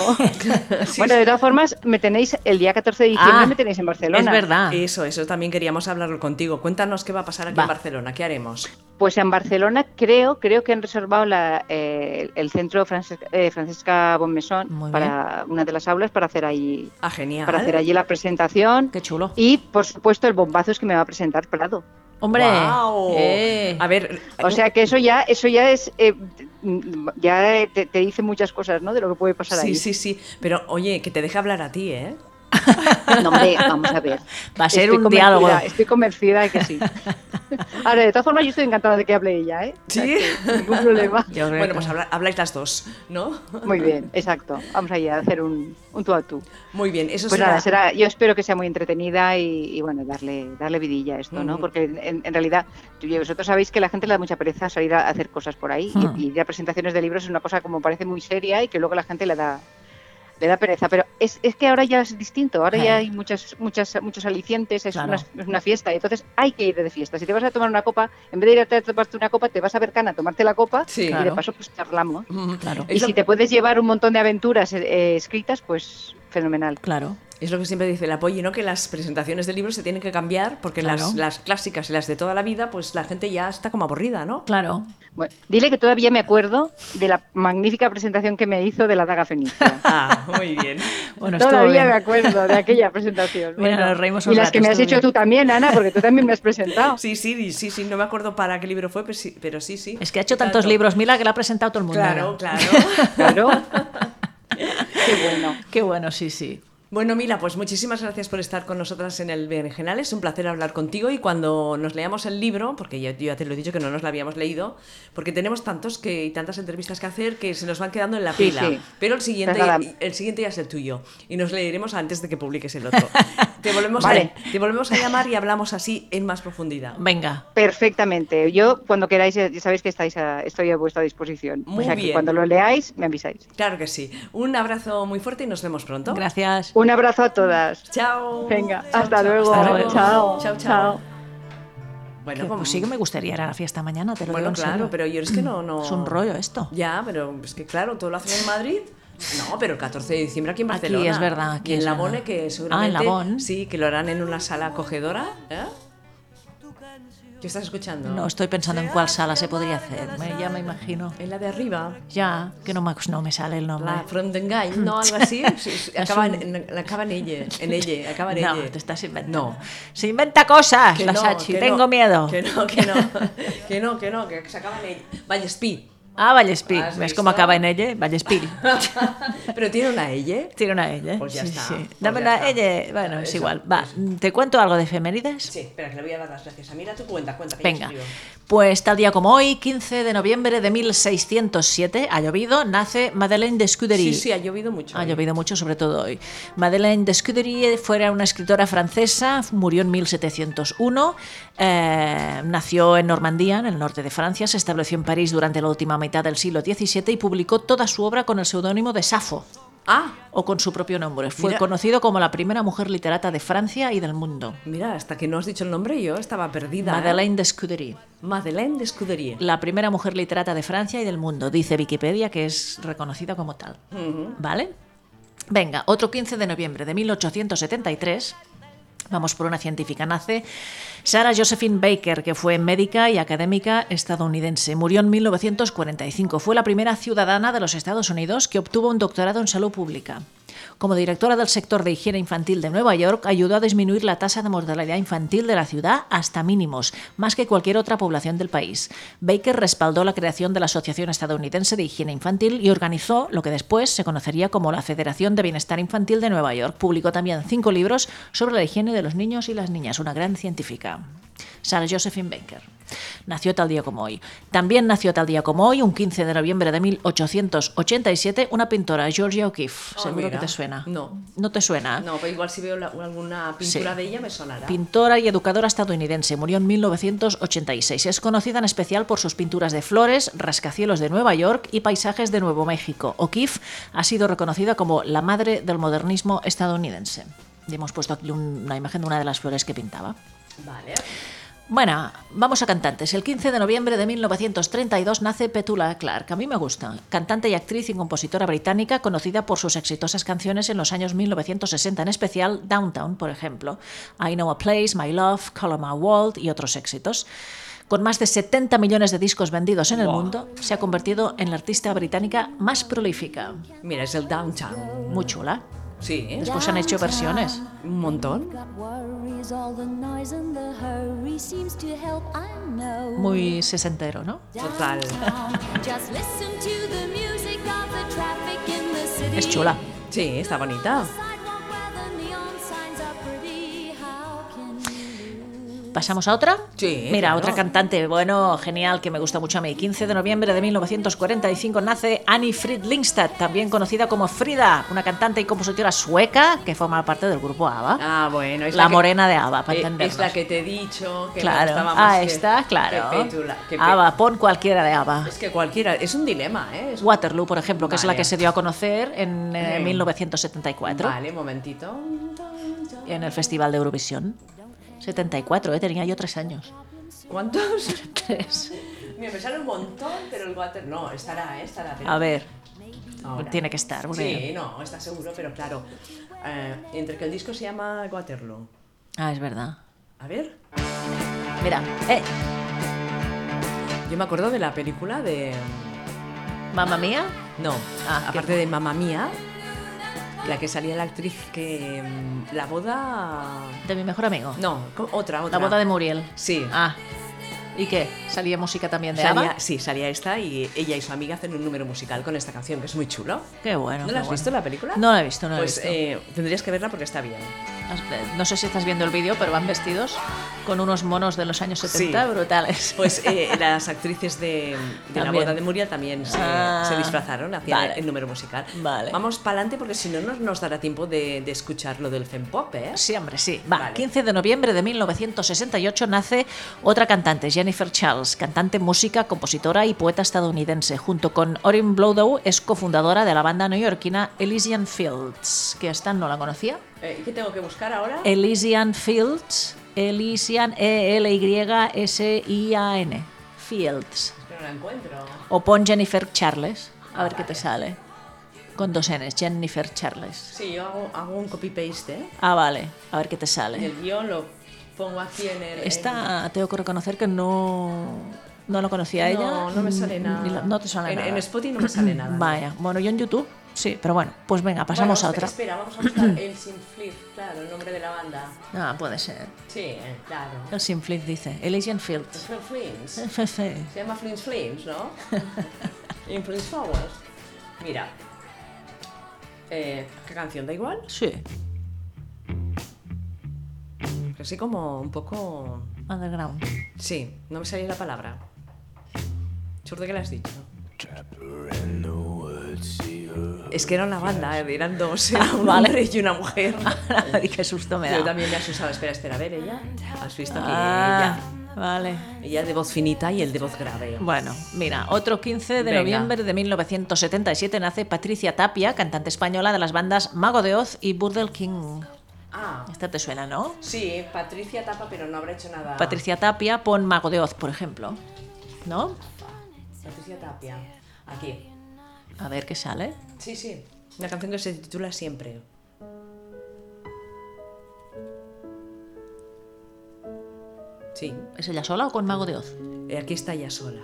bueno, de todas formas, me tenéis el día 14 de diciembre,
Ah,
me tenéis en Barcelona.
Es verdad.
Eso, eso también queríamos hablarlo contigo. Cuéntanos qué va a pasar aquí
Va.
en Barcelona, qué haremos.
Pues en Barcelona creo, creo que han reservado la, eh, el centro Francesca, eh, Francesca
Muy
Bonmesón para una de las aulas para hacer allí,
Ah, genial.
para hacer allí la presentación.
Qué chulo.
Y por supuesto el bombazo es que me va a presentar Prado.
Hombre,
Guau.
eh.
A ver,
O sea que eso ya, eso ya es, eh, mm, ya te, te dice muchas cosas, ¿no? De lo que puede pasar
sí,
ahí.
sí, sí. Pero oye, que te deje hablar a ti, ¿eh?
No, hombre, vamos a ver.
Va a ser
Estoy
un
convencida,
diálogo.
Estoy convencida de que sí. Ahora, de todas formas, yo estoy encantada de que hable ella, ¿eh? O sea,
Sí.
que Ningún problema.
Yo creo
Bueno,
que-
pues habla- habláis las dos, ¿no?
Muy bien, exacto. Vamos allá a hacer un, un tú a tú.
Muy bien, eso
Pues
será-
nada, será, yo espero que sea muy entretenida y, y, bueno, darle, darle vidilla a esto, ¿no?
Ujú.
Porque en, en realidad, tú y vosotros sabéis que a la gente le da mucha pereza salir a hacer cosas por ahí
Ujú.
Mm.
y, y ir a presentaciones de libros es una cosa como parece muy seria y que luego la gente le da le da pereza, pero es, es que ahora ya es distinto, ahora ya
Claro.
hay muchas, muchas, muchos alicientes, es,
Claro.
una, es una fiesta, y entonces hay que ir de fiesta. Si te vas a tomar una copa, en vez de ir a tomarte una copa, te vas a Bercana a tomarte la copa
Sí,
y
claro.
de paso pues charlamos.
Mm,
Claro.
Es
Y
lo-
si te puedes llevar un montón de aventuras eh, escritas, pues fenomenal.
Claro.
Es lo que siempre dice el apoyo, ¿no? Que las presentaciones de libros se tienen que cambiar porque
Claro.
las, las clásicas y las de toda la vida, pues la gente ya está como aburrida, ¿no?
Claro.
Bueno, dile que todavía me acuerdo de la magnífica presentación que me hizo de la daga fenicia.
Ah, muy bien.
Bueno, estuvo
Todavía
bien.
me acuerdo de aquella presentación.
Mira, nos reímos
y
un
las
rato,
que me has
estuvo
hecho
bien.
tú también, Ana, porque tú también me has presentado.
Sí, sí, sí, sí, no me acuerdo para qué libro fue, pero sí, pero sí. sí.
Es que ha hecho tantos libros, Mila, que la ha presentado todo el mundo.
Claro,
ahora.
claro.
Claro. Qué bueno.
Qué bueno, sí, sí.
Bueno, Mila, pues muchísimas gracias por estar con nosotras en el Berenjenal. Es un placer hablar contigo y cuando nos leamos el libro, porque ya- yo, ya te lo he dicho que no nos lo habíamos leído, porque tenemos tantos que, y tantas entrevistas que hacer que se nos van quedando en la
Sí,
pila.
sí.
Pero el siguiente,
Pues nada.
el siguiente ya es el tuyo y nos leeremos antes de que publiques el otro. te, volvemos
Vale.
a, te volvemos a llamar y hablamos así en más profundidad.
Venga.
Perfectamente. Yo, cuando queráis, eh, ya sabéis que estáis a- estoy a vuestra disposición.
Muy
o sea,
bien.
que cuando lo leáis, me avisáis.
Claro que sí. Un abrazo muy fuerte y nos vemos pronto.
Gracias.
Un abrazo a todas.
Chao.
Venga,
Chao,
hasta
chao.
luego.
Hasta luego.
Chao.
Chao, chao.
Que,
Bueno, como
pues sí que me gustaría ir a la fiesta mañana, te lo digo
Bueno,
en
claro,
serio.
pero yo es que no, no.
Es un rollo esto.
Ya, pero es que claro, todo lo hacen en Madrid. No, pero el 14 de diciembre aquí en
Aquí
Barcelona.
es verdad, aquí
y en
es
La
verdad.
Bone,
Ah,
que
en
seguramente.
La Bone.
Sí, que lo harán en una sala acogedora. ¿eh? ¿Qué estás escuchando?
No estoy pensando en cuál sala se podría hacer, me- ya me imagino.
En la de arriba.
Ya, que no me, pues no me sale el nombre.
La Frontengain, ¿no? Algo así. Sí, sí,
Es
acaba,
un-
en, en- acaba en ella. En ella, acaba en
no,
elle.
te estás inventando.
No.
Se inventa cosas,
Que
la
no,
Sachi,
que no,
tengo miedo.
Que no, que no. Que no, que no, que se acaba en ella. Vallespí.
Ah, Vallespí,
¿Has
¿ves
visto?
cómo acaba en ella? Vallespí.
Pero tiene una elle.
Tiene una ella.
Pues ya
sí,
está,
sí.
pues
Dame
ya
una
está.
ella. Bueno,
Ah,
es
eso,
igual. Va,
eso.
mm, ¿te cuento algo de efemérides?
Sí, espera, que le voy a dar las gracias a Mira, tú cuenta, cuenta. que yo
Venga.
escribo.
Pues tal día como hoy, 15 de noviembre de 1607, ha llovido, nace Madeleine de Scudery.
Sí, sí, ha llovido mucho.
Ha
hoy.
llovido mucho, sobre todo hoy. Madeleine de Scudery fuera una escritora francesa, murió en 1701, eh, nació en Normandía, en el norte de Francia, se estableció en París durante la última mitad del siglo XVII y publicó toda su obra con el seudónimo de Safo
Ah,
o con su propio nombre. Fue
Mira.
conocido como la primera mujer literata de Francia y del mundo.
mira, hasta que no has dicho el nombre yo estaba perdida. ¿eh?
Madeleine de Scudery.
Madeleine de Scuderie.
la primera mujer literata de Francia y del mundo, dice Wikipedia, que es reconocida como tal. ¿Vale? Venga, otro 15 de noviembre de 1873. Vamos por una científica. Nace Sarah Josephine Baker, que fue médica y académica estadounidense. Murió en 1945. Fue la primera ciudadana de los Estados Unidos que obtuvo un doctorado en salud pública. Como directora del sector de higiene infantil de Nueva York, ayudó a disminuir la tasa de mortalidad infantil de la ciudad hasta mínimos, más que cualquier otra población del país. Baker respaldó la creación de la Asociación Estadounidense de Higiene Infantil y organizó lo que después se conocería como la Federación de Bienestar Infantil de Nueva York. Publicó también cinco libros sobre la higiene de los niños y las niñas, una gran científica. Sarah Josephine Baker. Nació tal día como hoy. También nació tal día como hoy, un 15 de noviembre de 1887, una pintora, Georgia O'Keeffe.
Ah,
Seguro
mira.
que te suena.
No.
No te suena.
No, pero igual si veo la- alguna pintura
Sí.
de ella me sonará.
Pintora y educadora estadounidense, murió en 1986. Es conocida en especial por sus pinturas de flores, rascacielos de Nueva York y paisajes de Nuevo México. O'Keeffe ha sido reconocida como la madre del modernismo estadounidense. Y hemos puesto aquí un- una imagen de una de las flores que pintaba.
Vale.
Bueno, vamos a cantantes. El 15 de noviembre de 1932 nace Petula Clark. A mí me gusta. Cantante y actriz y compositora británica conocida por sus exitosas canciones en los años 1960, en especial Downtown, por ejemplo. I Know a Place, My Love, Color My World y otros éxitos. Con más de 70 millones de discos vendidos en el mundo, se ha convertido en la artista británica más prolífica.
Mira, es el Downtown.
Muy chula.
Sí, ¿eh?
Después han hecho versiones.
un montón.
Got worries, all the noise and the hurry seems to help, I know.
Muy sesentero, ¿no?
Total.
Just listen to the music of the traffic in the city.
Es chula.
Sí, está bonita.
Sidewalk where the neon
¿Pasamos a otra?
Sí,
Mira,
claro.
otra cantante, bueno, genial, que me gusta mucho a mí. 15 de noviembre de 1945 nace Annie Frid Lindstad, también conocida como Frida, una cantante y compositora sueca que forma parte del grupo ABBA.
Ah, bueno. es
La
que-
morena de ABBA, para
Eh, Es
entendernos.
la que te he dicho, que
claro,
me gustaba más
ah,
que-
está, claro. Ah,
que Petula- que Pe-
ABBA, pon cualquiera de ABBA.
Es que cualquiera, es un dilema, ¿eh? Es-
Waterloo, por ejemplo, que es la
Vale.
que se dio a conocer en eh,
Eh.
1974,
Vale, momentito.
en el Festival de Eurovisión. 74, ¿eh? tenía yo tres años.
¿Cuántos? Tres. Mira, me sale un montón, pero el water... No, estará, ¿eh? Estará. pero-
A ver,
Ahora.
tiene que estar. bueno.
Sí, no, está seguro, pero claro. eh, entre que el disco se llama Waterloo.
Ah, es verdad.
A ver,
Mira, eh,
yo me acuerdo de la película de...
mamá mía.
No,
Ah,
aparte de Mamma Mía, la que salía la actriz que... mm, La boda...
De mi mejor amigo.
No, co- otra,
La
otra.
boda de Muriel.
Sí.
Ah. ¿Y qué? ¿Salía música también de
Salía-
ABBA?
sí, salía esta y ella y su amiga hacen un número musical con esta canción, que es muy chulo.
Qué bueno.
¿No
qué
la has
bueno.
visto la película?
No la he visto, no la he
Pues
visto.
eh, tendrías que verla porque está bien.
Has- eh, No sé si estás viendo el vídeo, pero van vestidos con unos monos de los años 70
Sí.
brutales.
Pues eh, las actrices de, de la
También.
boda de Muriel también se,
Ah,
se disfrazaron, hacían
vale.
el número musical.
Vale.
Vamos para adelante porque si no no nos dará tiempo de, de escuchar lo del Fempop, ¿eh?
Sí, hombre, sí. Va,
Vale.
15 de noviembre de 1968 nace otra cantante, Jennifer Charles, cantante, música, compositora y poeta estadounidense. Junto con Orin Blodow es cofundadora de la banda neoyorquina Elysian Fields, que esta no la conocía.
Eh, ¿Qué tengo que buscar ahora?
Elysian Fields, Elysian E E-L-Y-S-I-A-N, Fields.
Es que no la encuentro.
O pon Jennifer Charles, a
Ah,
ver qué te
vale.
sale. Con dos Ns, Jennifer Charles.
Sí, yo hago, hago un copy-paste, ¿eh?
Ah, vale, a ver qué te
Y
sale.
el guión lo pongo aquí en el...
Esta, tengo que reconocer que no, no lo conocía
No,
ella.
Mm, no me sale
ni
nada.
la- no te sale
En-
nada.
en Spotify no me sale nada, ¿no?
Vaya, bueno, yo en YouTube sí, pero bueno, pues venga, pasamos
Bueno, este-
a otra.
Espera, vamos a buscar el Sinflip, claro, el nombre de la banda.
Ah, puede ser.
Sí, eh, claro.
El Simflip dice, Elysian
Los
Fields.
Flint Flints. Se llama Flint Flames, ¿no? In Flint Flowers. Mira. Eh, ¿Qué canción? ¿Da igual?
Sí, Mm.
Así como un poco...
underground.
Sí, no me salía la palabra. Suerte que la has dicho. Es que era una banda, eh, eran dos, era un
Ah, vale.
hombre y una mujer.
Qué susto me da.
Yo también me he asustado. Espera, espera, a ver, ella. Has visto que
Ah, vale.
ella, ella de voz finita y el de voz grave.
Bueno, mira, otro 15 de
Venga.
noviembre de 1977 nace Patricia Tapia, cantante española de las bandas Mago de Oz y Burdel King.
Ah,
Esta te suena, ¿no?
sí, Patricia tapa, pero no habrá hecho nada.
Patricia Tapia, pon Mago de Oz, por ejemplo. ¿No?
Patricia Tapia. Aquí.
A ver qué sale.
Sí, sí. Una canción que se titula Siempre. Sí.
¿Es ella sola o con Mago de Oz?
eh, Aquí está ella sola.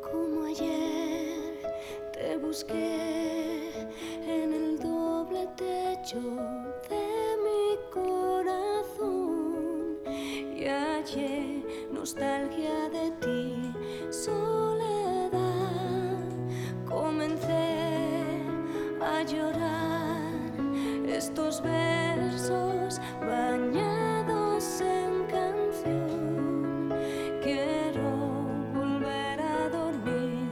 Como ayer te busqué en el doble techo de mi corazón y hallé nostalgia de ti, soledad. Comencé a llorar estos versos bañados en canción. Quiero volver a dormir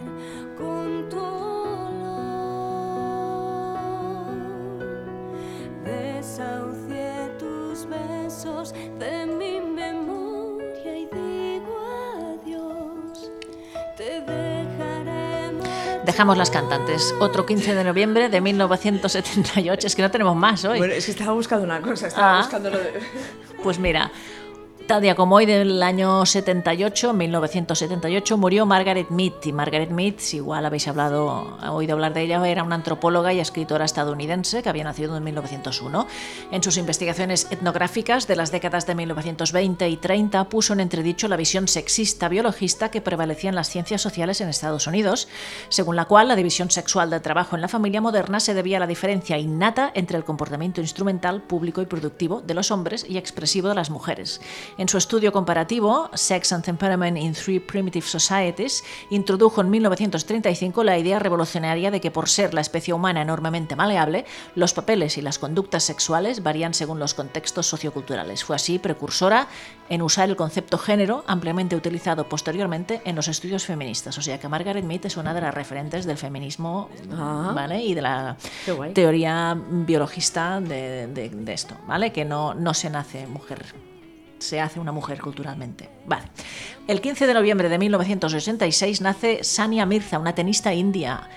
con tu olor. Desahucié tus besos de mi memoria y digo adiós. Te dejaré marchar.
Dejamos las cantantes. Otro 15 de noviembre de 1978. Es que no tenemos más hoy.
Bueno, es que estaba buscando una cosa, estaba
Ah.
buscando lo de...
Pues mira, tal día como hoy del año 78, 1978, murió Margaret Mead. Y Margaret Mead, si igual habéis hablado, oído hablar de ella, era una antropóloga y escritora estadounidense que había nacido en 1901. En sus investigaciones etnográficas de las décadas de 1920 y 30 puso en entredicho la visión sexista biologista que prevalecía en las ciencias sociales en Estados Unidos, según la cual la división sexual del trabajo en la familia moderna se debía a la diferencia innata entre el comportamiento instrumental, público y productivo de los hombres y expresivo de las mujeres. En su estudio comparativo, Sex and Temperament in Three Primitive Societies, introdujo en 1935 la idea revolucionaria de que por ser la especie humana enormemente maleable, los papeles y las conductas sexuales varían según los contextos socioculturales. Fue así precursora en usar el concepto género, ampliamente utilizado posteriormente en los estudios feministas. O sea que Margaret Mead es una de las referentes del feminismo
Ah.
¿vale? y de la
Qué guay.
teoría biologista de, de- de esto, ¿vale? Que no, no se nace mujer, se hace una mujer culturalmente. Vale. El 15 de noviembre de 1986 nace Sania Mirza, una tenista india.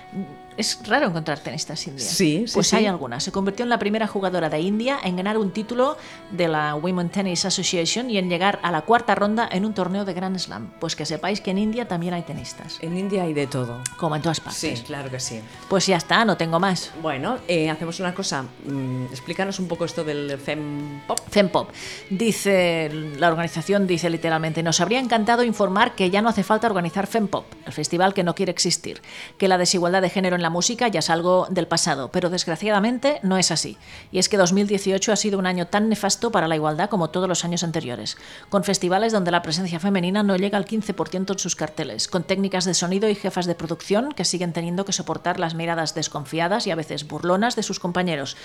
Es raro encontrar tenistas indias.
Sí, sí,
Pues
sí.
hay algunas. Se convirtió en la primera jugadora de India en ganar un título de la Women Tennis Association y en llegar a la cuarta ronda en un torneo de Grand Slam. Pues que sepáis que en India también hay tenistas,
En India hay de todo.
como en todas partes.
Sí, claro que sí.
Pues ya está, no tengo más.
Bueno, eh, hacemos una cosa. Mm, explícanos un poco esto del fempop.
Fempop. Dice, la organización dice literalmente, nos habría encantado informar que ya no hace falta organizar Fempop, el festival que no quiere existir, que la desigualdad de género en la música ya es algo del pasado, pero desgraciadamente no es así. Y es que 2018 ha sido un año tan nefasto para la igualdad como todos los años anteriores, con festivales donde la presencia femenina no llega al 15% en sus carteles, con técnicas de sonido y jefas de producción que siguen teniendo que soportar las miradas desconfiadas y a veces burlonas de sus compañeros.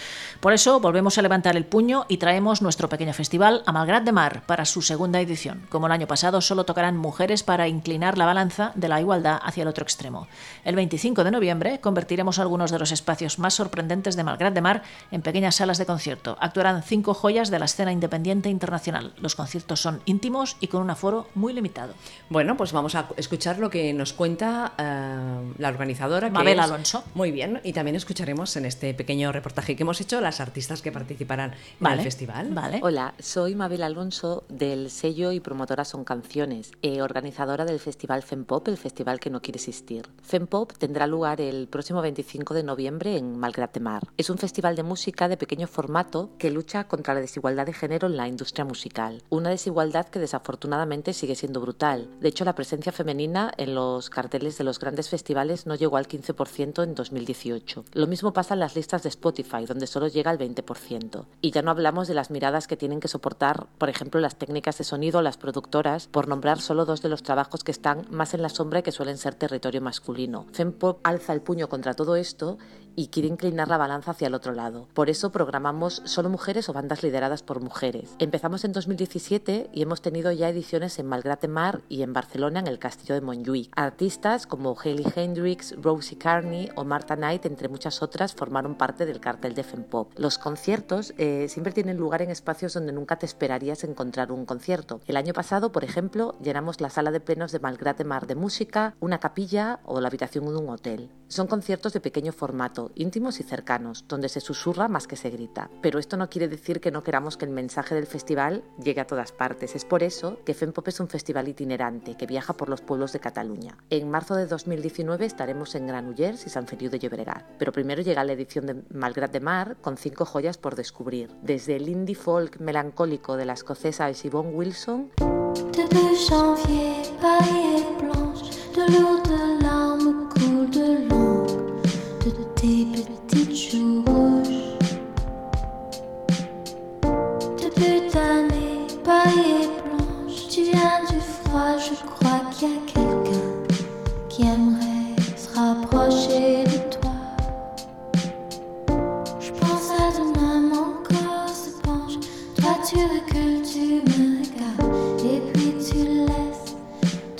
Por eso volvemos a levantar el puño y traemos nuestro pequeño festival a Malgrat de Mar para su segunda edición. Como el año pasado, solo tocarán mujeres para inclinar la balanza de la igualdad hacia el otro extremo. El 25 de noviembre convertiremos algunos de los espacios más sorprendentes de Malgrat de Mar en pequeñas salas de concierto. Actuarán cinco joyas de la escena independiente internacional. Los conciertos son íntimos y con un aforo muy limitado.
Bueno, pues vamos a escuchar lo que nos cuenta eh, la organizadora. que
Mabel
es-
Alonso.
Muy bien, y también escucharemos en este pequeño reportaje que hemos hecho las artistas que participarán en
Vale.
el festival.
Vale.
Hola, soy Mabel Alonso del sello y promotora Son Canciones, eh, organizadora del festival FEMPOP, el festival que no quiere existir. FEMPOP tendrá lugar el próximo 25 de noviembre en Malgrat de Mar. Es un festival de música de pequeño formato que lucha contra la desigualdad de género en la industria musical. Una desigualdad que desafortunadamente sigue siendo brutal. De hecho, la presencia femenina en los carteles de los grandes festivales no llegó al 15% en 2018. Lo mismo pasa en las listas de Spotify, donde solo llega al 20%. Y ya no hablamos de las miradas que tienen que soportar, por ejemplo, las técnicas de sonido o las productoras, por nombrar solo dos de los trabajos que están más en la sombra y que suelen ser territorio masculino. Fempop alza el puño contra todo esto y quiere inclinar la balanza hacia el otro lado. Por eso programamos solo mujeres o bandas lideradas por mujeres. Empezamos en 2017 y hemos tenido ya ediciones en Malgrat de Mar y en Barcelona en el Castillo de Montjuic. Artistas como Hayley Hendrix, Rosie Carney o Marta Knight, entre muchas otras, formaron parte del cartel de Fempop. Los conciertos eh, siempre tienen lugar en espacios donde nunca te esperarías encontrar un concierto. El año pasado, por ejemplo, llenamos la sala de plenos de Malgrat de Mar de música, una capilla o la habitación de un hotel. Son conciertos de pequeño formato, íntimos y cercanos, donde se susurra más que se grita. Pero esto no quiere decir que no queramos que el mensaje del festival llegue a todas partes. Es por eso que FEMPOP es un festival itinerante que viaja por los pueblos de Cataluña. En marzo de 2019 estaremos en Granollers y San Feliu de Llobregat. Pero primero llega la edición de Malgrat de Mar con cinco joyas por descubrir. Desde el indie folk melancólico de la escocesa Siobhan Wilson
De 2 janvier, Paris est blanche, de lourdes larmes coulent de longues, de tes petites joues rouges. Depuis d'années, Paris est blanche, tu viens du froid, je crois qu'il y a quelqu'un qui aimerait se rapprocher de toi. Je pense à demain, mon corps se penche. Toi, tu recules, tu me regardes. Et puis tu laisses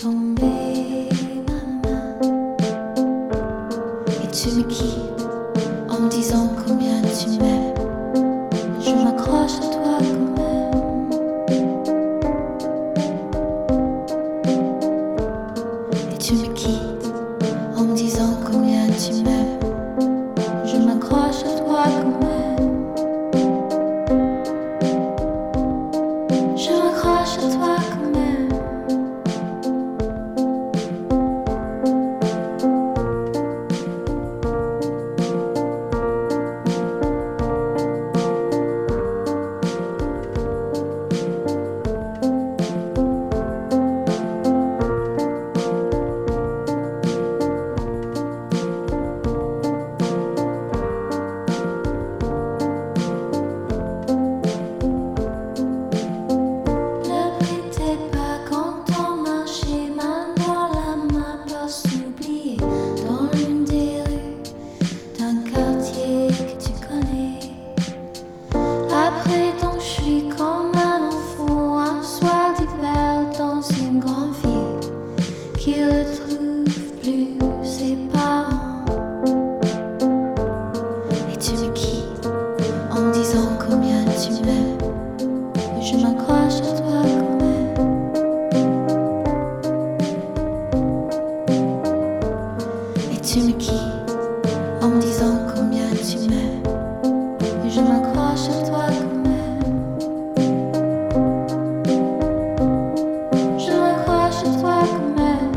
tomber ma main. Et tu me quittes en me disant combien tu m'aimes. Je m'accroche à toi quand même. Et tu me quittes en me disant combien tu m'aimes.
qui retrouve plus ses parents. Et tu me quittes en disant combien tu m'aimes. Et je m'accroche à toi quand même. Et tu me quittes en me disant combien tu m'aimes. Et je m'accroche à toi quand même. Je m'accroche à toi quand même.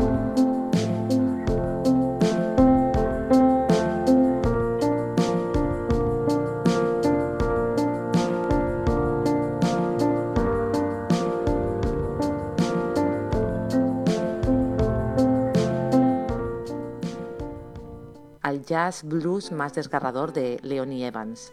Al jazz blues más desgarrador de Leonie Evans.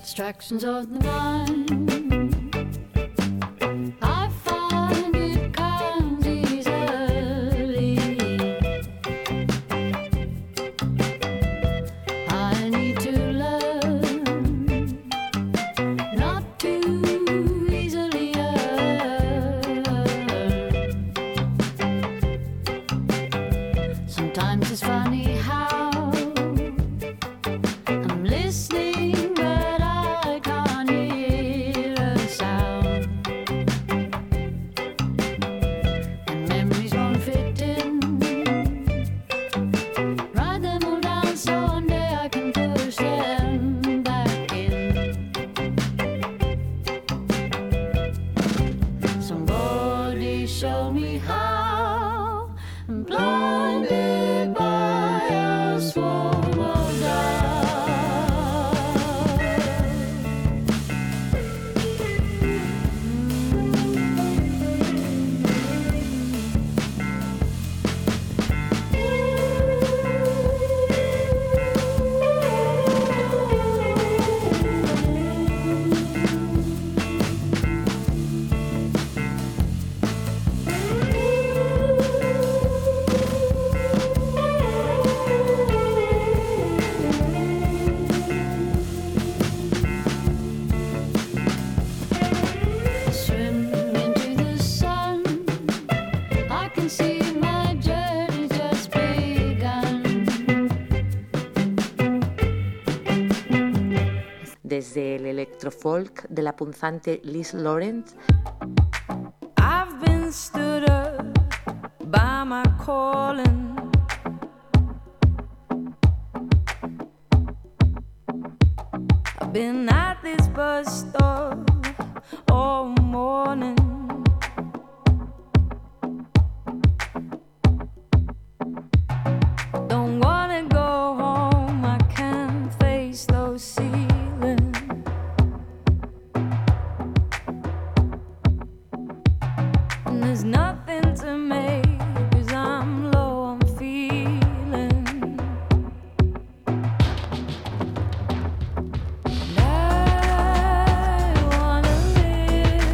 distractions of the mind. I find it comes easily. I need to learn not to easily earn. Sometimes it's funny how I'm listening, but I can't hear a sound. And memories won't fit in. Write them all down so one day I can push them back in. Somebody show me how. I'm blinded by a swarm of doves. Swim into the sun. I can see my journey just begun.
Desde el electrofolk de la punzante Liz Lawrence
I've been stood up by my calling. I've been at this bus stop all morning. Don't wanna go home, I can't face those ceilings. And there's nothing to make cause I'm low on feeling. And I wanna live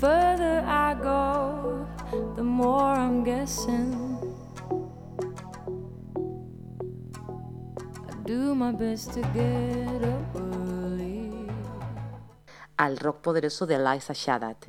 further I go, the more I'm guessing. I do my best to get up early.
al rock poderoso de Liza Shadat.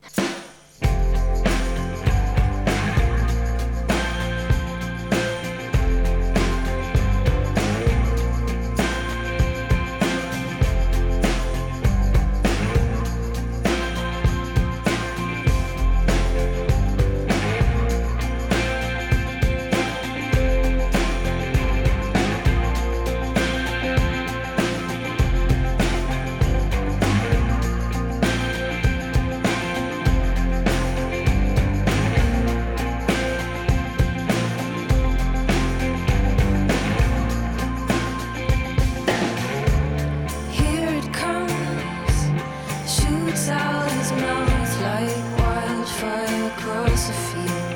Here it comes, shoots out his mouth like wildfire across the field.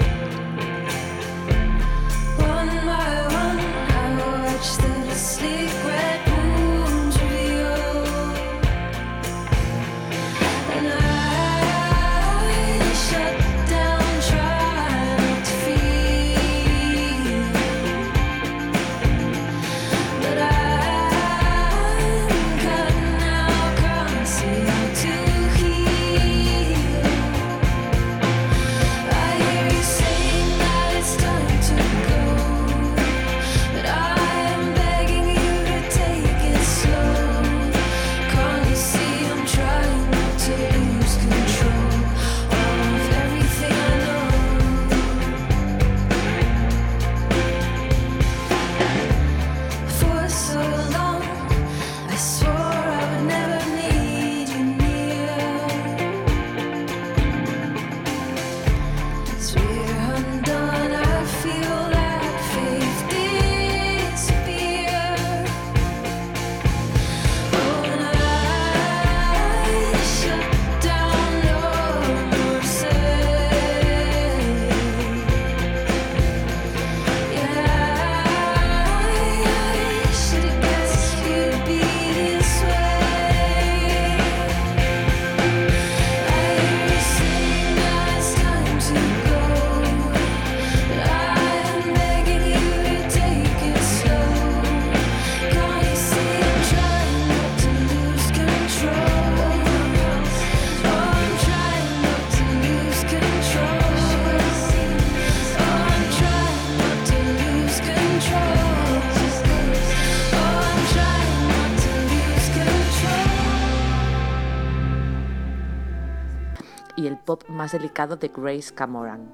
One by one, I watch the sleek red wounds reveal. And I shut down, try not to feel. But I'm cut now, can't seem to heal. I hear you saying that it's time to go, but I am begging you to take it slow. Can't you see I'm trying not to lose control of everything I know? For so long, I swore I would never need you near. As we're undone, I feel that faith disappear. When I shut down, no more say. Yeah, I should have guessed you'd be this way. I hear you saying that it's time to go, but I am begging you to take it slow. Can't you see I'm trying not to lose control? I'm trying not to lose control. I'm trying not to lose control. I'm trying not to lose control.
y el pop más delicado de Grace Camoran.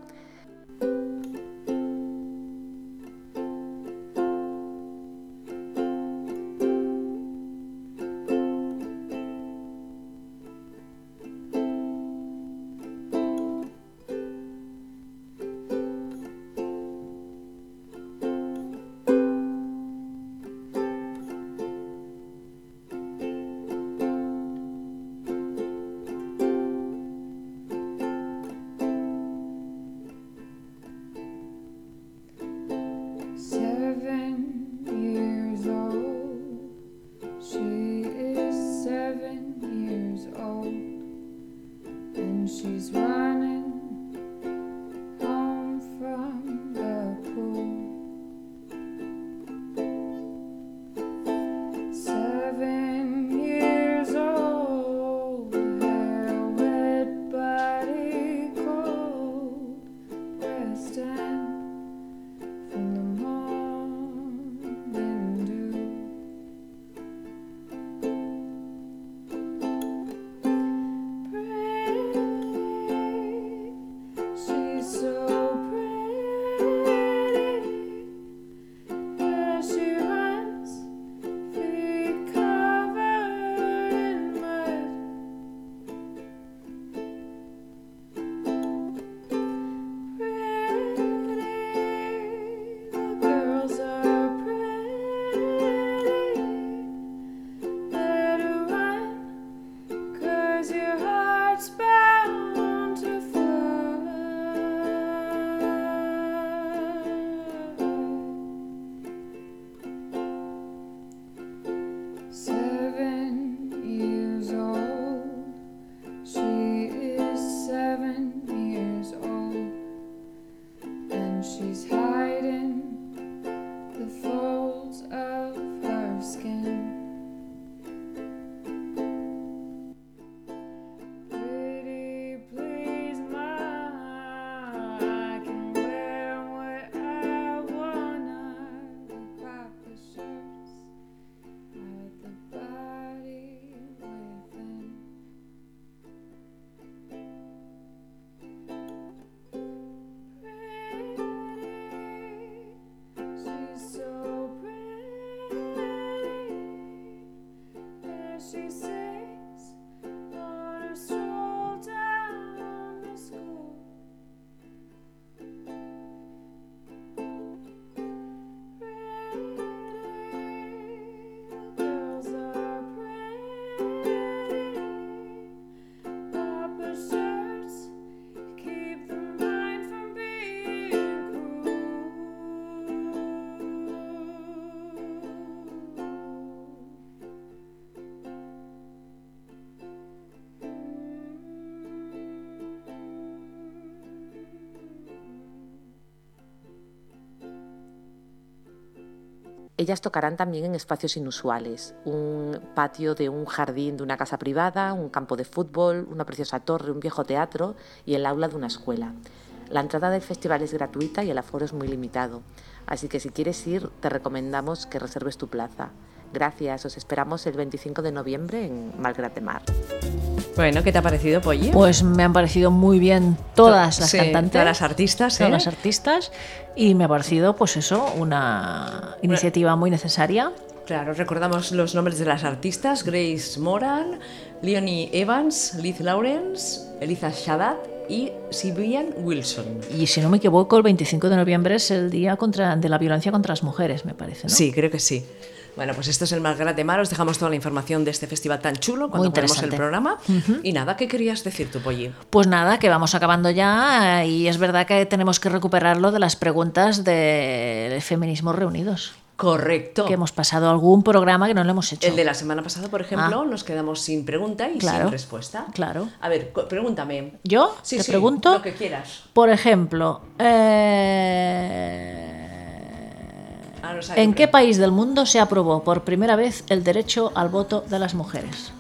she sings, on a stroll down the school. Pretty girls are pretty. Papa shirts keep the mind from being cruel.
Ellas tocarán también en espacios inusuales, un patio de un jardín de una casa privada, un campo de fútbol, una preciosa torre, un viejo teatro y el aula de una escuela. La entrada del festival es gratuita y el aforo es muy limitado, así que si quieres ir te recomendamos que reserves tu plaza. Gracias, os esperamos el 25 de noviembre en Malgrat de Mar.
Bueno, ¿qué te ha parecido, Polly?
Pues me han parecido muy bien todas las
Sí,
cantantes.
todas las artistas,
Todas
¿eh?
las artistas. Y me ha parecido, pues eso, una iniciativa muy necesaria.
Claro, recordamos los nombres de las artistas: Grace Moran, Leonie Evans, Liz Lawrence, Eliza Shadat y Sibian Wilson.
Y si no me equivoco, el 25 de noviembre es el día contra, de la violencia contra las mujeres, me parece. ¿no?
Sí, creo que sí. Bueno, pues esto es el más grande mar. Os dejamos toda la información de este festival tan chulo
Muy
cuando ponemos el
interesante.
programa. Y nada, ¿qué querías decir tú, Polly?
Pues nada, que vamos acabando ya eh, y es verdad que tenemos que recuperarlo de las preguntas de Feminismos Reunidos,
Correcto.
que hemos pasado algún programa que no lo hemos hecho.
El de la semana pasada, por ejemplo,
Ah.
nos quedamos sin pregunta y
Claro.
sin respuesta.
Claro.
A ver, cu- pregúntame.
¿Yo?
Sí,
¿Te
sí,
pregunto?
Lo que quieras.
Por ejemplo, eh,
Ah, no sabía
¿en
que
qué país del mundo se aprobó por primera vez el derecho al voto de las mujeres?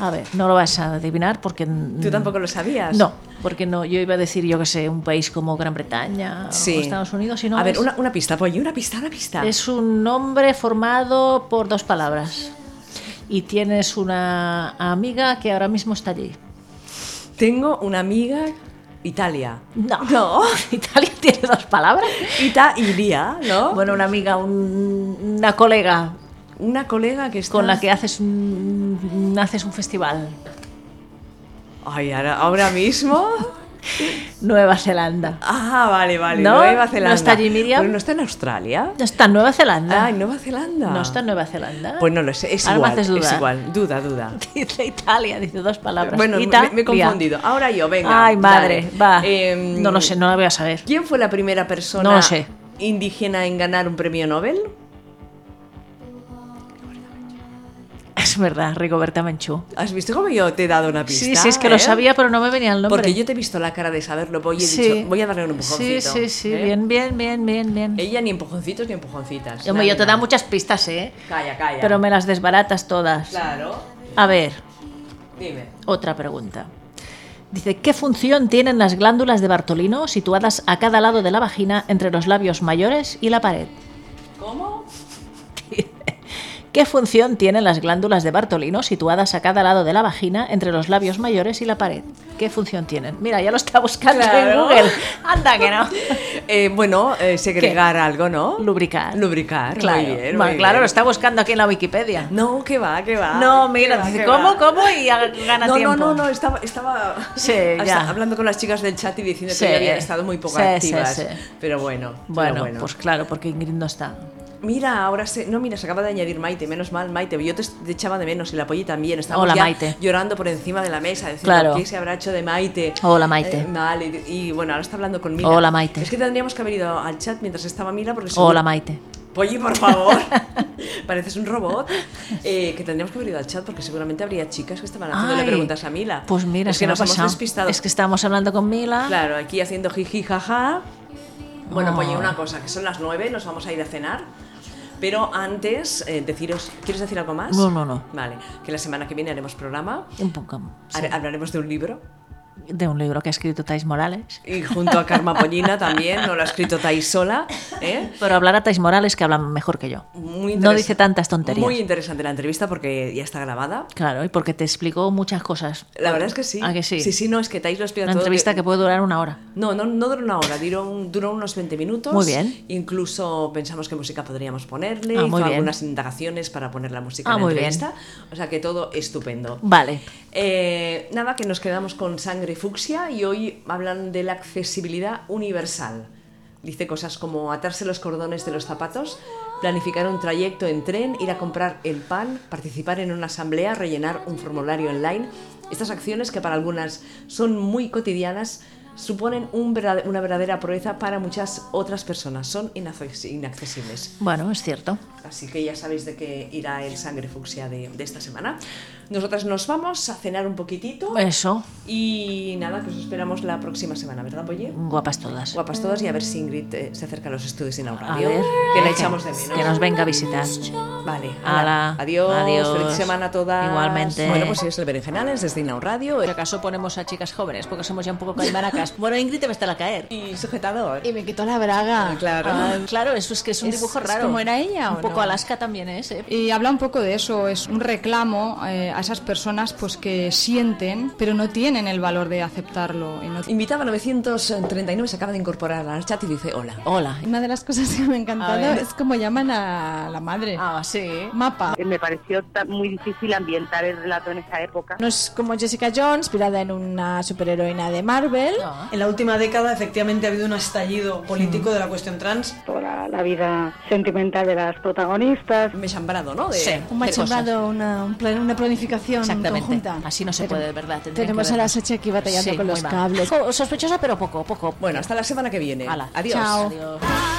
A ver, no lo vas a adivinar porque...
Tú tampoco lo sabías.
No, porque no, yo iba a decir, yo que sé, un país como Gran Bretaña
Sí.
o Estados Unidos, y no
A ver,
es-
una, una pista, Polly, una pista, una pista.
Es un nombre formado por dos palabras. Y tienes una amiga que ahora mismo está allí.
Tengo una amiga, Italia.
No.
No.
Italia tiene dos palabras.
Ita iría, ¿no?
Bueno, una amiga, un- una colega
una colega que está...
con la que haces un, haces un festival.
Ay, ahora, ahora mismo...
Nueva Zelanda.
Ah, vale, vale.
No,
Nueva
no
Zelanda.
está allí Miriam.
Pero no está en Australia.
No está en Nueva Zelanda.
Ah, en Nueva Zelanda.
No está en Nueva Zelanda.
Pues no lo sé, es
Ahora me
igual.
haces
Es
dudar.
igual, duda, duda.
Dice Italia, dice dos palabras.
Bueno, me,
Italia.
me he confundido. Ahora yo, venga.
Ay, madre,
dale.
va.
Em,
no lo sé, no lo voy a saber.
¿Quién fue la primera persona
No lo sé.
indígena en ganar un premio Nobel?
Es verdad, Rigoberta Menchú.
¿Has visto cómo yo te he dado una pista?
Sí, sí, es que lo
eh?
sabía, pero no me venía el nombre.
Porque yo te he visto la cara de saberlo, voy, he
Sí.
dicho, voy a darle un empujoncito.
Sí, sí, sí,
¿eh?
bien, bien, bien, bien, bien.
Ella ni empujoncitos ni empujoncitas.
Hombre,
Nada,
yo te
nada.
da muchas pistas, ¿eh?
Calla, calla.
Pero me las desbaratas todas.
Claro.
A ver,
Dime.
otra pregunta. Dice, ¿qué función tienen las glándulas de Bartolino situadas a cada lado de la vagina entre los labios mayores y la pared?
¿Cómo?
¿Qué función tienen las glándulas de Bartolino situadas a cada lado de la vagina entre los labios mayores y la pared? ¿Qué función tienen? Mira, ya lo está buscando en
Claro.
Google. Anda que no.
Eh, bueno, eh, segregar algo, ¿no?
Lubricar.
Lubricar. muy
Claro,
bien,
Bueno,
muy
claro,
bien.
lo está buscando aquí en la Wikipedia.
No, que va, que va.
No,
Que
mira,
va,
dice,
que
¿cómo,
va.
cómo? Y ha- gana
No,
tiempo.
no, no, no, estaba, estaba
Sí,
hasta
ya.
hablando con las chicas del chat y diciendo
Sí.
que ya habían estado muy poco
Sí, sí,
activas.
sí.
Pero bueno, pero
Bueno,
bueno.
pues claro, porque Ingrid no está.
Mira, ahora se. No, mira, se acaba de añadir Maite, menos mal, Maite. Yo te, te echaba de menos y la Polly también. Estamos
Hola,
ya
Maite.
llorando por encima de la mesa, diciendo
Claro.
qué se habrá hecho de Maite.
Hola, Maite.
Eh, mal, y, y bueno, ahora está hablando con Mila.
Hola, Maite.
Es que tendríamos que haber ido al chat mientras estaba Mila porque seguro-
Hola, Maite.
Polly, por favor. Pareces un robot. Eh, que tendríamos que haber ido al chat porque seguramente habría chicas que estaban haciéndole
Ay,
preguntas a Mila.
Pues mira,
es
se
que
me ha
nos hemos
pasado.
despistado.
Es que estábamos hablando con Mila.
Claro, aquí haciendo jiji jaja. Bueno, pues
Ay.
una cosa, que son las 9, nos vamos a ir a cenar. Pero antes, eh, deciros, ¿quieres decir algo más?
No, no, no.
Vale, que la semana que viene haremos programa,
Un poco. sí.
har- hablaremos de un libro.
de un libro que ha escrito Tais Morales.
Y junto a Karma Pollina también, no lo ha escrito Tai sola. ¿eh?
Pero hablar a Tais Morales que habla mejor que yo.
Muy
no
interesa-
dice tantas tonterías.
Muy interesante la entrevista porque ya está grabada.
Claro, y porque te explicó muchas cosas.
La verdad es que sí.
¿A que sí?
Sí, no, es que Tais lo explica
Una
todo.
entrevista que puede durar una hora.
No, no, no duró una hora, duró, un- duró unos 20 minutos.
Muy bien.
Incluso pensamos qué música podríamos ponerle,
Ah,
hizo
muy bien.
algunas indagaciones para poner la música
Ah,
en la
muy bien.
entrevista. O sea que todo estupendo.
Vale.
Eh, nada, que nos quedamos con sangre fucsia y hoy hablan de la accesibilidad universal. Dice cosas como atarse los cordones de los zapatos, planificar un trayecto en tren, ir a comprar el pan, participar en una asamblea, rellenar un formulario online. Estas acciones que para algunas son muy cotidianas suponen un verdad- una verdadera proeza para muchas otras personas. Son inace- inaccesibles.
Bueno, es cierto.
Así que ya sabéis de qué irá el sangre fucsia de, de esta semana. Nosotras nos vamos a cenar un poquitito.
Eso,
Y nada, que os esperamos la próxima semana, ¿verdad, Polle?
guapas todas.
Guapas todas y a ver si Ingrid eh, se acerca a los estudios
A
inaugurales.
ver,
Que la
que-
echamos de menos.
Que nos venga a visitar.
Vale,
Ala,
ala. Adiós,
adiós.
Feliz semana a todas.
Igualmente.
Bueno, pues es el Berenjenales desde Inau Radio. eh,
Si acaso ponemos a chicas jóvenes, porque somos ya un poco calmaracas. Bueno, Ingrid te va a estar a caer.
Y sujetador.
Y me quitó la braga.
Claro.
Ah, claro, eso es que es un
Es-
dibujo
es
raro.
como era ella, ¿o
Un poco
no?
Alaska también es, ¿eh?
Y habla un poco de eso, es un reclamo eh, a esas personas pues que sienten, pero no tienen el valor de aceptarlo. y no-
Invitaba 939, se acaba de incorporar al chat y dice hola.
Hola.
Una de las cosas que me ha
A
encantado
ver.
es como llaman a la madre.
Ah, sí.
Mapa.
Me pareció ta- muy difícil ambientar el relato en esa época.
No es como Jessica Jones, inspirada en una superheroína de Marvel.
Ah.
En la última década, efectivamente, ha habido un estallido político de la cuestión trans.
Toda la vida sentimental de las protagonistas.
Me he chambrado, ¿no? De-
Sí,
Un
qué cosas.
machembrado, una, un plan- una planificación
Exactamente.
conjunta.
Así no se
Tenem-
puede, de verdad. tendrían
Tenemos
que
a la
vernos.
Sachi aquí batallando
Sí,
con
muy
los
mal.
cables.
Co- Sospechosa, pero poco, poco.
Bueno, hasta la semana que viene.
Ala.
Adiós.
Chao.
Adiós.
I